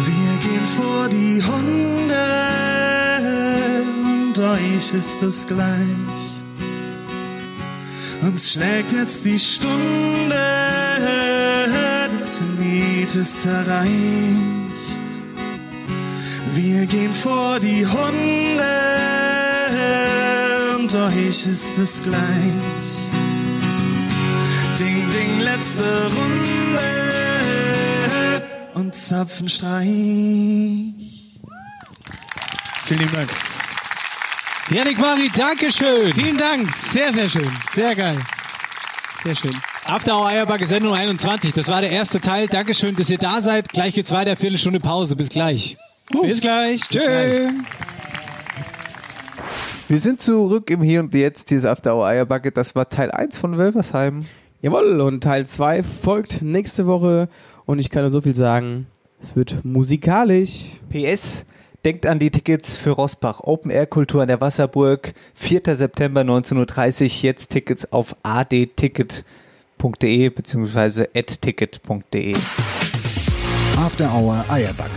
[SPEAKER 13] Wir gehen vor die Hunde und euch ist es gleich.
[SPEAKER 8] Uns schlägt jetzt die Stunde, der Zenit ist erreicht. Wir gehen vor die Hunde und euch ist es gleich. Ding, ding, letzte Runde und Zapfenstreich.
[SPEAKER 14] Vielen lieben Dank.
[SPEAKER 2] Janik Mari, Dankeschön. Vielen Dank. Sehr, sehr schön. Sehr geil. Sehr schön. After Hour Eierbacke Sendung 21. Das war der erste Teil. Dankeschön, dass ihr da seid. Gleich geht's weiter. Viertelstunde Pause. Bis gleich. Bis gleich. Tschüss.
[SPEAKER 1] Wir sind zurück im Hier und Jetzt. Hier ist After Hour Eierbacke. Das war Teil 1 von Wölversheim.
[SPEAKER 15] Jawohl, und Teil 2 folgt nächste Woche. Und ich kann nur so viel sagen, es wird musikalisch.
[SPEAKER 1] PS, denkt an die Tickets für Rosbach. Open Air Kultur an der Wasserburg. 4. September 19.30 Uhr. Jetzt Tickets auf adticket.de bzw. atticket.de.
[SPEAKER 7] After Hour Eierbacke.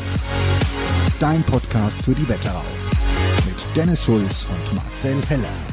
[SPEAKER 7] Dein Podcast für die Wetterau. Mit Dennis Schulz und Marcel Heller.